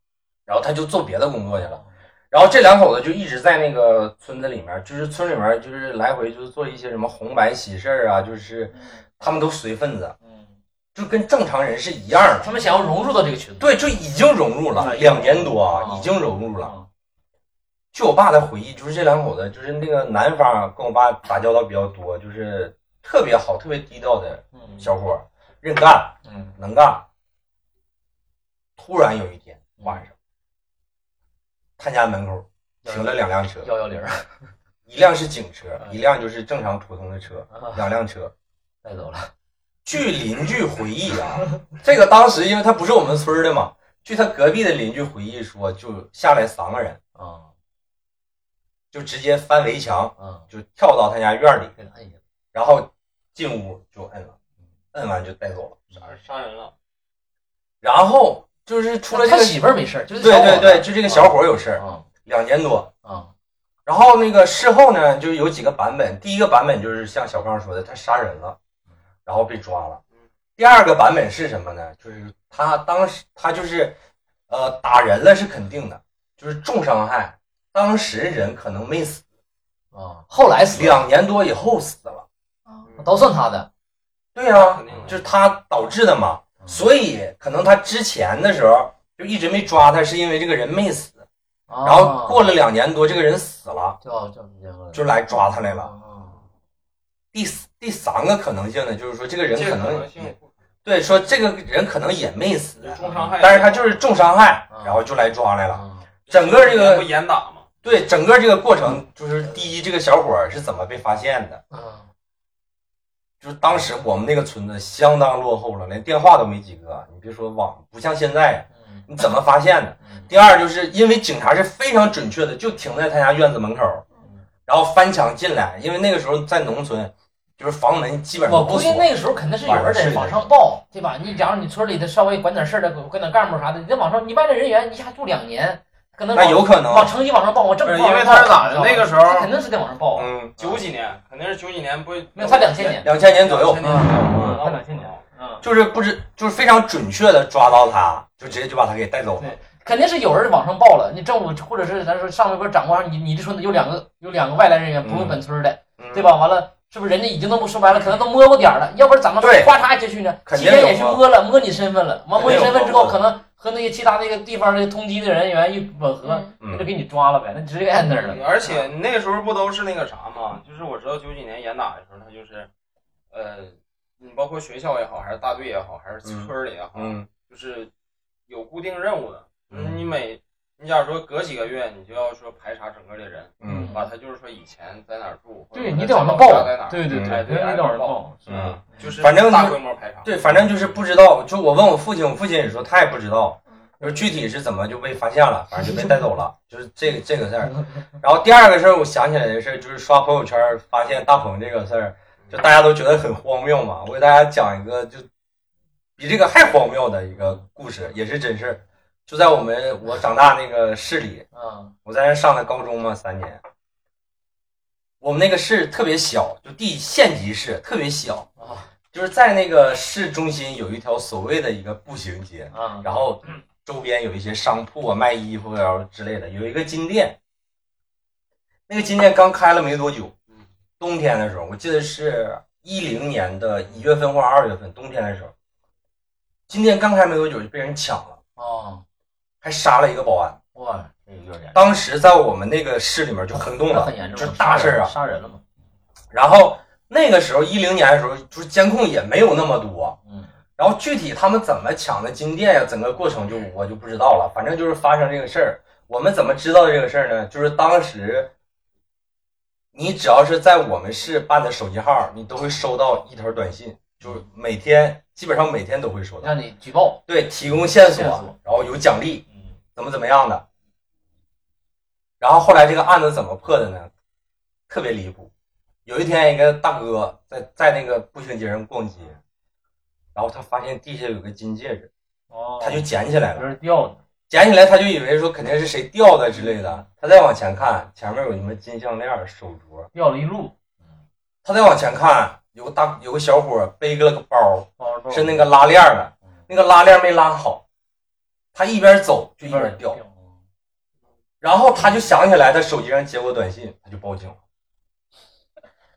[SPEAKER 1] 然后他就做别的工作去了。然后这两口子就一直在那个村子里面，就是村里面就是来回就是做一些什么红白喜事儿啊，就是
[SPEAKER 3] 嗯
[SPEAKER 1] 他们都随份子，
[SPEAKER 3] 嗯，
[SPEAKER 1] 就跟正常人是一样的。
[SPEAKER 3] 他们想要融入到这个群体，
[SPEAKER 1] 对，就已经融入了
[SPEAKER 3] 嗯
[SPEAKER 1] 两年多
[SPEAKER 3] 哦
[SPEAKER 1] 啊，已经融入了。
[SPEAKER 3] 啊
[SPEAKER 1] 据我爸的回忆，就是这两口子，就是那个男方跟我爸打交道比较多，就是特别好、特别低调的
[SPEAKER 3] 嗯
[SPEAKER 1] 小伙儿，认干
[SPEAKER 3] 嗯
[SPEAKER 1] 能干。突然有一天晚上，他家门口停了两辆车，
[SPEAKER 3] 幺幺零儿
[SPEAKER 1] 一辆是警车，
[SPEAKER 3] 嗯
[SPEAKER 1] 一辆就是正常普通的车，
[SPEAKER 3] 啊
[SPEAKER 1] 两辆车。
[SPEAKER 3] 带走了，
[SPEAKER 1] 据邻居回忆啊，这个当时因为他不是我们村儿的嘛，据他隔壁的邻居回忆说，就下来三个人，
[SPEAKER 3] 啊
[SPEAKER 1] 就直接翻围墙，
[SPEAKER 3] 啊，
[SPEAKER 1] 就跳到他家院里，
[SPEAKER 3] 给他摁一下，
[SPEAKER 1] 然后进屋就摁了，摁完就带走了。
[SPEAKER 4] 杀杀人了，
[SPEAKER 1] 然后就是出了这
[SPEAKER 3] 他
[SPEAKER 1] 个，
[SPEAKER 3] 媳妇儿没事儿，就是
[SPEAKER 1] 对
[SPEAKER 3] 小伙
[SPEAKER 1] 对
[SPEAKER 3] 子
[SPEAKER 1] 对，就这个小伙儿有事儿，
[SPEAKER 3] 啊
[SPEAKER 1] 两年多。
[SPEAKER 3] 啊
[SPEAKER 1] 然后那个事后呢，就是有几个版本。第一个版本就是像小胖说的，他杀人了，然后被抓了。第二个版本是什么呢？就是他当时他就是，呃，打人了是肯定的，就是重伤害。当时人可能没死，
[SPEAKER 3] 啊，后来死了，
[SPEAKER 1] 两年多以后死了。
[SPEAKER 3] 哦
[SPEAKER 4] 嗯
[SPEAKER 3] 都算他的，
[SPEAKER 1] 对呀、
[SPEAKER 4] 肯定的
[SPEAKER 1] 就是他导致的嘛。所以可能他之前的时候就一直没抓他，是因为这个人没死。
[SPEAKER 3] 然
[SPEAKER 1] 然后过了两年多，这个人死了，
[SPEAKER 3] 啊叫叫什么名字？
[SPEAKER 1] 就来抓他来了。
[SPEAKER 3] 啊
[SPEAKER 1] 第四第三个可能性呢，就是说这个人
[SPEAKER 4] 这
[SPEAKER 1] 可
[SPEAKER 4] 个
[SPEAKER 1] 能
[SPEAKER 4] 性
[SPEAKER 1] 也对，说这个人可能也没死，
[SPEAKER 4] 重伤害，
[SPEAKER 1] 但是他就是重伤害
[SPEAKER 3] 嗯，
[SPEAKER 1] 然后就来抓来了。
[SPEAKER 3] 啊
[SPEAKER 1] 整个这
[SPEAKER 4] 不
[SPEAKER 1] 个
[SPEAKER 4] 严打嘛，
[SPEAKER 1] 对整个这个过程，就是第一，这个小伙儿是怎么被发现的？
[SPEAKER 3] 啊
[SPEAKER 1] 就是当时我们那个村子相当落后了，连电话都没几个，你别说网，不像现在，
[SPEAKER 3] 嗯
[SPEAKER 1] 你怎么发现的？
[SPEAKER 3] 嗯
[SPEAKER 1] 第二，就是因为警察是非常准确的，就停在他家院子门口，然后翻墙进来，因为那个时候在农村，就是房门基本上哦
[SPEAKER 3] 我
[SPEAKER 1] 都不
[SPEAKER 3] 估
[SPEAKER 1] 锁
[SPEAKER 3] 计。那个时候肯定是有人得往上报，对吧？你假如你村里的稍微管点事儿的，管点干部啥的，你再往上，你外来人员一下住两年，可能
[SPEAKER 1] 那有可能
[SPEAKER 3] 往成绩往上报，往
[SPEAKER 4] 不
[SPEAKER 3] 正往
[SPEAKER 4] 是因
[SPEAKER 3] 上
[SPEAKER 4] 为
[SPEAKER 3] 报
[SPEAKER 4] 他是咋的？
[SPEAKER 3] 你
[SPEAKER 4] 那
[SPEAKER 3] 知道
[SPEAKER 4] 个
[SPEAKER 3] 吗
[SPEAKER 4] 时候
[SPEAKER 3] 他肯定是得往上报啊，
[SPEAKER 1] 嗯，
[SPEAKER 4] 九几年，肯定是九几年不，
[SPEAKER 3] 没有他两千年，
[SPEAKER 1] 两千年左右，
[SPEAKER 4] 年左
[SPEAKER 1] 嗯
[SPEAKER 4] 右，啊哦
[SPEAKER 3] 他两千年，嗯，
[SPEAKER 1] 就是不知就是非常准确的抓到他，就直接就把他给带走了。
[SPEAKER 3] 肯定是有人往上报了。你政府或者是咱说上面给掌管，你你这村子有两个有两个外来人员，不是本村的，
[SPEAKER 1] 嗯
[SPEAKER 3] 对？吧？完了。是不是人家已经都不说白了，可能都摸过点儿了，要不然咱们
[SPEAKER 1] 对
[SPEAKER 3] 咔嚓就去呢？
[SPEAKER 1] 肯
[SPEAKER 3] 提
[SPEAKER 1] 定
[SPEAKER 3] 前
[SPEAKER 1] 有
[SPEAKER 3] 也去
[SPEAKER 1] 摸
[SPEAKER 3] 摸了，摸你身份了。完摸你
[SPEAKER 1] 肯定有
[SPEAKER 3] 身份之后，
[SPEAKER 1] 摸
[SPEAKER 3] 可能和那些其他那个地方的通缉的人员一吻合，
[SPEAKER 2] 嗯
[SPEAKER 1] 嗯
[SPEAKER 3] 就给你抓了呗，那你直接按那儿了。
[SPEAKER 4] 而且那时候不都是那个啥嘛，就是我知道九几年严打的时候，他就是，呃，你包括学校也好，还是大队也好，还是村儿里也好，
[SPEAKER 1] 嗯
[SPEAKER 4] 就是有固定任务的。
[SPEAKER 1] 嗯
[SPEAKER 4] 你每你假如说隔几个月，你就要说排查整个的人，
[SPEAKER 1] 嗯
[SPEAKER 4] 把他就是说以前在哪儿住，
[SPEAKER 3] 对
[SPEAKER 4] 或者
[SPEAKER 3] 你得往上
[SPEAKER 4] 他老
[SPEAKER 3] 报
[SPEAKER 4] 家在哪，儿，
[SPEAKER 3] 对对对，
[SPEAKER 4] 哎对
[SPEAKER 3] 你得往上
[SPEAKER 4] 挨个
[SPEAKER 3] 报，是吧
[SPEAKER 1] 嗯，
[SPEAKER 4] 就是
[SPEAKER 1] 反正
[SPEAKER 4] 大
[SPEAKER 1] 就
[SPEAKER 4] 规模排查。
[SPEAKER 1] 对，反正就是不知道。就我问我父亲，我父亲也说他也不知道，就是具体是怎么就被发现了，反正就被带走了，就是这个这个事儿。 然后第二个事儿，我想起来的事儿就是刷朋友圈儿发现大鹏这个事儿，就大家都觉得很荒谬嘛。我给大家讲一个就比这个还荒谬的一个故事，也是真事儿。就在我们我长大那个市里，
[SPEAKER 3] 嗯
[SPEAKER 1] 我在那上的高中嘛，三年。我们那个市特别小，就地县级市，特别小，
[SPEAKER 3] 啊
[SPEAKER 1] 就是在那个市中心有一条所谓的一个步行街，
[SPEAKER 3] 啊，
[SPEAKER 1] 然后周边有一些商铺啊，卖衣服啊之类的，有一个金店，那个金店刚开了没多久，冬天的时候，我记得是一零年的一月份或者二月份，冬天的时候，金店刚开没多久就被人抢了，
[SPEAKER 3] 哦，
[SPEAKER 1] 还杀了一个保安。
[SPEAKER 3] 哇，
[SPEAKER 4] 那有点
[SPEAKER 1] 当时在我们那个市里面就轰动
[SPEAKER 3] 那
[SPEAKER 1] 了
[SPEAKER 3] 很严，重，
[SPEAKER 1] 啊这大事儿啊！
[SPEAKER 3] 杀人了嘛？
[SPEAKER 1] 然后那个时候一零年的时候，就是监控也没有那么多，
[SPEAKER 3] 嗯，
[SPEAKER 1] 然后具体他们怎么抢的金店呀，整个过程就我就不知道了。反正就是发生这个事儿，我们怎么知道这个事儿呢？就是当时，你只要是在我们市办的手机号，你都会收到一条短信，就是每天基本上每天都会收到，
[SPEAKER 3] 让你举报，
[SPEAKER 1] 对，提供线索
[SPEAKER 3] 线索，
[SPEAKER 1] 然后有奖励，
[SPEAKER 3] 嗯，
[SPEAKER 1] 怎么怎么样的。然后后来这个案子怎么破的呢？特别离谱。有一天，一个大哥在在那个步行街上逛街，然后他发现地下有个金戒指，
[SPEAKER 3] 哦，
[SPEAKER 1] 他就捡起来
[SPEAKER 3] 有
[SPEAKER 1] 了。
[SPEAKER 3] 人掉的，
[SPEAKER 1] 捡起来他就以为说肯定是谁掉的之类的。他再往前看，前面有什么金项链、手镯。
[SPEAKER 3] 掉了一路，
[SPEAKER 1] 他再往前看，有个大有个小伙背个了个包，
[SPEAKER 3] 包包
[SPEAKER 1] 是那个拉链的，那个拉链没拉好。他一边走就一边掉。然后他就想起来，他手机上接过短信，他就报警了。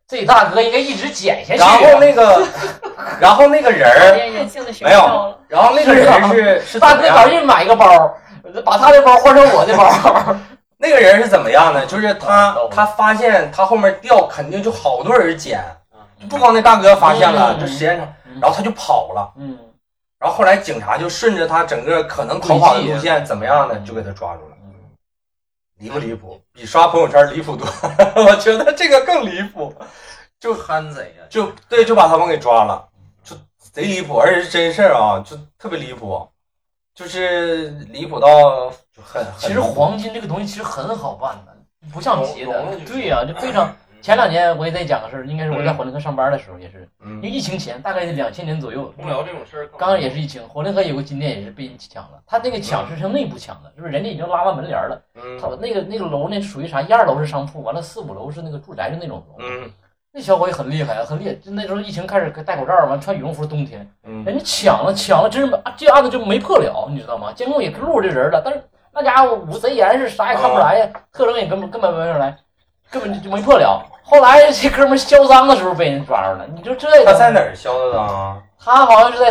[SPEAKER 3] 这大哥应该一直减下去
[SPEAKER 1] 然
[SPEAKER 3] 啊。
[SPEAKER 1] 后那个， 然后那个人儿，
[SPEAKER 5] 人性的学
[SPEAKER 1] 没
[SPEAKER 5] 校
[SPEAKER 1] 有
[SPEAKER 5] 了，
[SPEAKER 1] 然后那个人是啊 是
[SPEAKER 3] 大
[SPEAKER 1] 怎
[SPEAKER 3] 哥
[SPEAKER 1] 么样
[SPEAKER 3] 赶紧买一个包，把他的包换成我的包。
[SPEAKER 1] 那个人是怎么样呢？就是他
[SPEAKER 3] 懂了
[SPEAKER 1] 他发现他后面掉，肯定就好多人捡，
[SPEAKER 4] 啊，
[SPEAKER 1] 就不光那大哥发现了，
[SPEAKER 3] 嗯
[SPEAKER 1] 这时间长
[SPEAKER 3] 嗯，
[SPEAKER 1] 然后他就跑了。
[SPEAKER 3] 嗯，
[SPEAKER 1] 然后后来警察就顺着他整个可能逃跑的路线怎么样呢，就给他抓住了。嗯离不离谱？比刷朋友圈离谱多， 我觉得这个更离谱。
[SPEAKER 4] 就憨贼呀，
[SPEAKER 1] 就对，就把他们给抓了，就贼离谱，而且是真事儿啊，就特别离谱，就是离谱到就很很
[SPEAKER 3] 其实黄金这个东西其实很好办的，不像别
[SPEAKER 4] 融融了
[SPEAKER 3] 的
[SPEAKER 4] 就。行嗯
[SPEAKER 3] 对呀、就非常。前两年我也在讲个事儿，应该是我在火灵河上班的时候也是，因为
[SPEAKER 1] 嗯
[SPEAKER 3] 疫情前大概是两千年左右，
[SPEAKER 4] 无聊这种事儿，
[SPEAKER 3] 刚刚也是疫情，火灵河有个金店也是被人抢了，他那个抢是
[SPEAKER 4] 嗯
[SPEAKER 3] 从内部抢的，就是人家已经拉完门帘儿了，他
[SPEAKER 1] 嗯
[SPEAKER 3] 把那个那个楼那属于啥？一二楼是商铺，完了四五楼是那个住宅的那种楼。
[SPEAKER 1] 嗯
[SPEAKER 3] 那小伙也很厉害啊，很厉害。就那时候疫情开始戴口罩，完穿羽绒服，冬天
[SPEAKER 1] 嗯，
[SPEAKER 3] 人家抢了，抢了，真是啊这案子就没破了，你知道吗？监控也录着人了，但是那家伙捂贼严实，啥也看不出来
[SPEAKER 1] 啊
[SPEAKER 3] 呀，特征也根本根本没认出来，根本就就没破了。后来这哥们儿销赃的时候被人抓住了，你就这
[SPEAKER 1] 他在哪？儿销的呢？
[SPEAKER 3] 他好像是在，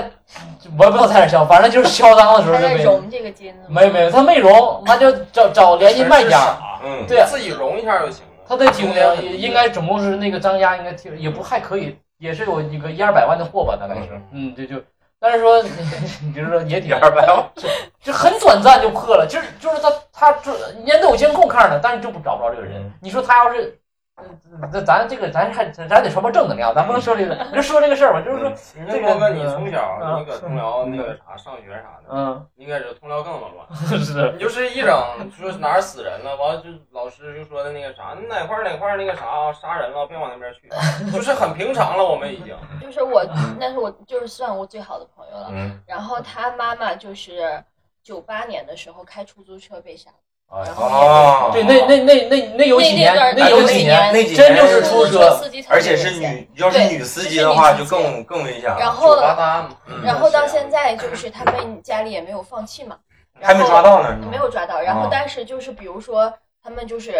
[SPEAKER 3] 我也不知道在哪儿销，反正就是销赃的时候
[SPEAKER 2] 他
[SPEAKER 3] 就
[SPEAKER 2] 在
[SPEAKER 3] 被。
[SPEAKER 2] 融这个金子吗，
[SPEAKER 3] 没没有，他没融，他就找找联系卖家。
[SPEAKER 1] 嗯，
[SPEAKER 3] 对，啊
[SPEAKER 4] 自己融一下就行了。
[SPEAKER 3] 他在挺的应该总共是那个张家应该挺也不还可以，也是有一个一二百万的货吧，大概是，嗯，就就，但是说 你就是说也挺
[SPEAKER 1] 二百万，
[SPEAKER 3] 就很短暂就破了，就是就是他他就人家都有监控看着，但是就不找不着这个人
[SPEAKER 1] 嗯。
[SPEAKER 3] 你说他要是，这咱这个咱还咱得传播正能啊量，咱不能说这 个，就说这个事儿吧，就是说，啊
[SPEAKER 4] 人家光问你从小那个通辽那个啥上学啥的，
[SPEAKER 3] 嗯，
[SPEAKER 4] 应该是通辽更他妈乱。
[SPEAKER 1] 嗯
[SPEAKER 3] 是，
[SPEAKER 4] 你就是 一整就是哪儿死人了，完了就老师就说的那个啥，哪块儿哪块儿那个啥啊杀人了，别往那边 去，就是很平常了，我们已经。
[SPEAKER 3] 嗯
[SPEAKER 2] 就是我，那是我就是算我最好的朋友了。
[SPEAKER 1] 啊嗯，
[SPEAKER 2] 然后他妈妈就是九八年的时候开出租车被杀，然后
[SPEAKER 1] 哦，
[SPEAKER 3] 对，那那那那那有几年，
[SPEAKER 2] 那
[SPEAKER 3] 那
[SPEAKER 2] 那
[SPEAKER 3] 有
[SPEAKER 2] 有
[SPEAKER 3] 几
[SPEAKER 2] 几
[SPEAKER 3] 年
[SPEAKER 2] 年，
[SPEAKER 1] 哎那几
[SPEAKER 3] 真就
[SPEAKER 1] 年
[SPEAKER 3] 是出租车，
[SPEAKER 5] 司机特别
[SPEAKER 1] 而且是
[SPEAKER 5] 危险，
[SPEAKER 1] 女，啊要是女司机的话就更更危险
[SPEAKER 2] 然
[SPEAKER 1] 了，
[SPEAKER 2] 后
[SPEAKER 4] 九八大案嘛，
[SPEAKER 2] 嗯
[SPEAKER 4] 嗯
[SPEAKER 2] 然后到
[SPEAKER 1] 啊
[SPEAKER 2] 现在就是他们家里也没有放弃嘛，
[SPEAKER 1] 还没抓到呢，是吗
[SPEAKER 2] 没有抓到。然
[SPEAKER 1] 哦
[SPEAKER 2] 后但是就是比如说他们就是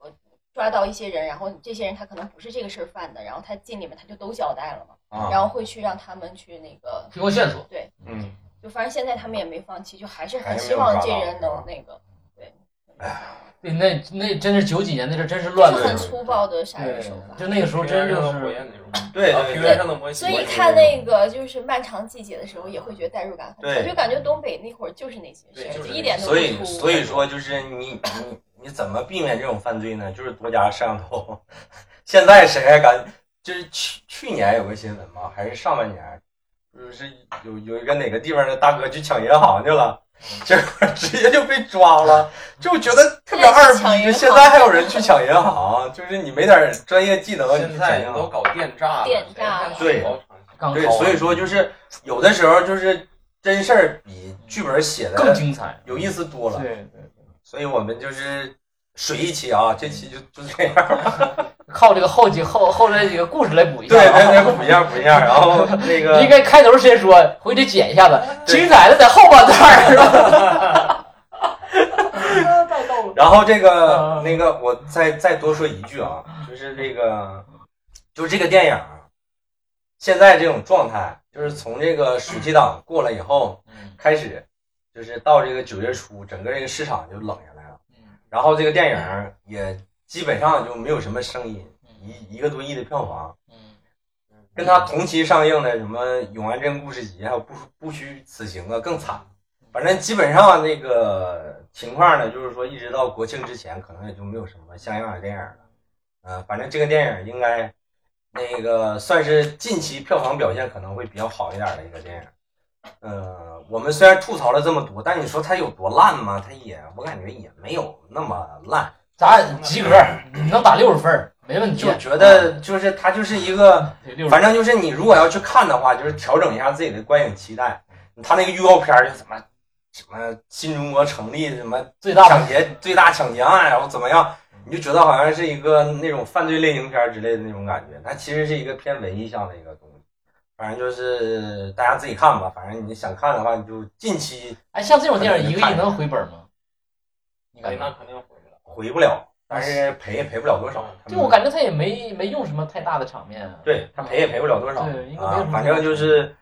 [SPEAKER 2] 呃抓到一些人，然后这些人他可能不是这个事儿犯的，然后他进里面他就都交代了嘛，然
[SPEAKER 1] 啊，
[SPEAKER 2] 后会去让他们去那个，
[SPEAKER 3] 提供线索。
[SPEAKER 1] 嗯，
[SPEAKER 2] 就反正现在他们也没放弃，就还是
[SPEAKER 1] 还
[SPEAKER 2] 很
[SPEAKER 1] 是
[SPEAKER 2] 希望
[SPEAKER 1] 没有
[SPEAKER 2] 这
[SPEAKER 1] 抓到啊
[SPEAKER 2] 人能那个，
[SPEAKER 3] 对，那那真是九几年那阵，真是
[SPEAKER 2] 就
[SPEAKER 3] 乱
[SPEAKER 2] 很
[SPEAKER 3] 伦。
[SPEAKER 2] 粗暴的杀人手法。
[SPEAKER 3] 就那个时候真就是，
[SPEAKER 4] 平原上的火焰那种，
[SPEAKER 1] 对
[SPEAKER 4] 啊
[SPEAKER 1] 对
[SPEAKER 4] 平
[SPEAKER 1] 对
[SPEAKER 4] 原，上的摩西。
[SPEAKER 2] 所以看那个就是《漫长季节》的时候，也会觉得代入感很
[SPEAKER 1] 对
[SPEAKER 2] 强，就感觉东北那会儿就是那些事
[SPEAKER 4] 对
[SPEAKER 2] 儿，
[SPEAKER 4] 就是
[SPEAKER 2] 一点都不
[SPEAKER 1] 所以
[SPEAKER 2] 突兀
[SPEAKER 1] 所以说就是你你你怎么避免这种犯罪呢？就是多加摄像头。 现在谁还敢？就是去去年有个新闻嘛，还是上半年，就是有有一个哪个地方的大哥去抢银行去了，结果直接就被抓了，就觉得特别二
[SPEAKER 2] 抢银
[SPEAKER 1] 逼。
[SPEAKER 2] 行
[SPEAKER 1] 现在还有人去抢银行，就是你没点专业技能，你去
[SPEAKER 4] 现
[SPEAKER 1] 抢
[SPEAKER 4] 在
[SPEAKER 1] 银
[SPEAKER 4] 都
[SPEAKER 1] 行。
[SPEAKER 4] 搞电诈了，
[SPEAKER 2] 电诈了
[SPEAKER 1] 对
[SPEAKER 3] 刚
[SPEAKER 1] 对
[SPEAKER 3] 考，完
[SPEAKER 1] 所以说就是有的时候就是真事儿比剧本写
[SPEAKER 3] 更
[SPEAKER 1] 的
[SPEAKER 3] 精彩，
[SPEAKER 1] 有意
[SPEAKER 3] 思。
[SPEAKER 1] 思多了。
[SPEAKER 3] 对对，嗯
[SPEAKER 1] 所以我们就是水一期啊，这期就就这样。
[SPEAKER 3] 对靠这个后几后后来几个故事来补一下
[SPEAKER 1] 对
[SPEAKER 3] 啊。
[SPEAKER 1] 对对，补一下补一下，然后那个
[SPEAKER 3] 你应该开头先说，回去剪一下子。精彩的在后半段 儿。
[SPEAKER 2] 太逗了。
[SPEAKER 1] 然后这个
[SPEAKER 3] 嗯
[SPEAKER 1] 那个，我再再多说一句啊，就是这个，就是这个电影啊，现在这种状态，就是从这个暑期档过了以后
[SPEAKER 3] 嗯
[SPEAKER 1] 开始，就是到这个九月初，整个这个市场就冷下来了
[SPEAKER 3] 嗯，
[SPEAKER 1] 然后这个电影也基本上就没有什么声音，一一个多亿的票房，
[SPEAKER 3] 嗯
[SPEAKER 1] 跟它同期上映的什么《永安镇故事集》还有不《不虚此行》啊更惨。反正基本上那个情况呢，就是说一直到国庆之前，可能也就没有什么像样的电影了。嗯、反正这个电影应该那个算是近期票房表现可能会比较好一点的一个电影。呃，我们虽然吐槽了这么多，但你说它有多烂吗？它也，我感觉也没有那么烂。
[SPEAKER 3] 咱及格，你能打六十分儿没问题啊
[SPEAKER 1] 就。觉得就是它就是一个
[SPEAKER 3] 六十
[SPEAKER 1] 反正就是你如果要去看的话，就是调整一下自己的观影期待。他那个预告片儿就怎么什么新中国成立什么
[SPEAKER 3] 最大
[SPEAKER 1] 抢
[SPEAKER 3] 的
[SPEAKER 1] 劫最大抢劫案，然后怎么样，你就觉得好像是一个那种犯罪类型片儿之类的那种感觉。它其实是一个偏文艺向的一个东西。反正就是大家自己看吧，反正你想看的话，你就近期
[SPEAKER 3] 哎，像这种电影一个亿能回本吗？你感觉？
[SPEAKER 4] 哎肯定回来了。
[SPEAKER 1] 回不了，但是赔也赔不了多少。
[SPEAKER 3] 就我感觉他也没没用什么太大的场面啊。
[SPEAKER 1] 对他赔也赔不了多少
[SPEAKER 3] 对应该没有什
[SPEAKER 1] 啊
[SPEAKER 3] 么，
[SPEAKER 1] 反正就是，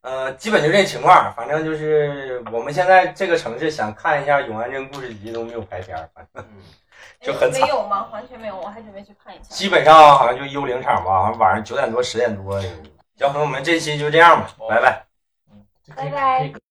[SPEAKER 1] 呃，基本就这情况。反正就是我们现在这个城市想看一下《永安镇故事集》都没有拍片儿，反正就很
[SPEAKER 2] 哎没
[SPEAKER 1] 惨
[SPEAKER 2] 有吗？完全没有，我还准备去看一下。
[SPEAKER 1] 基本上好像就幽灵场吧，好像晚上九点多十点多。要不然我们这期就这样吧，拜拜。
[SPEAKER 3] 就可以
[SPEAKER 2] 拜拜
[SPEAKER 3] 可以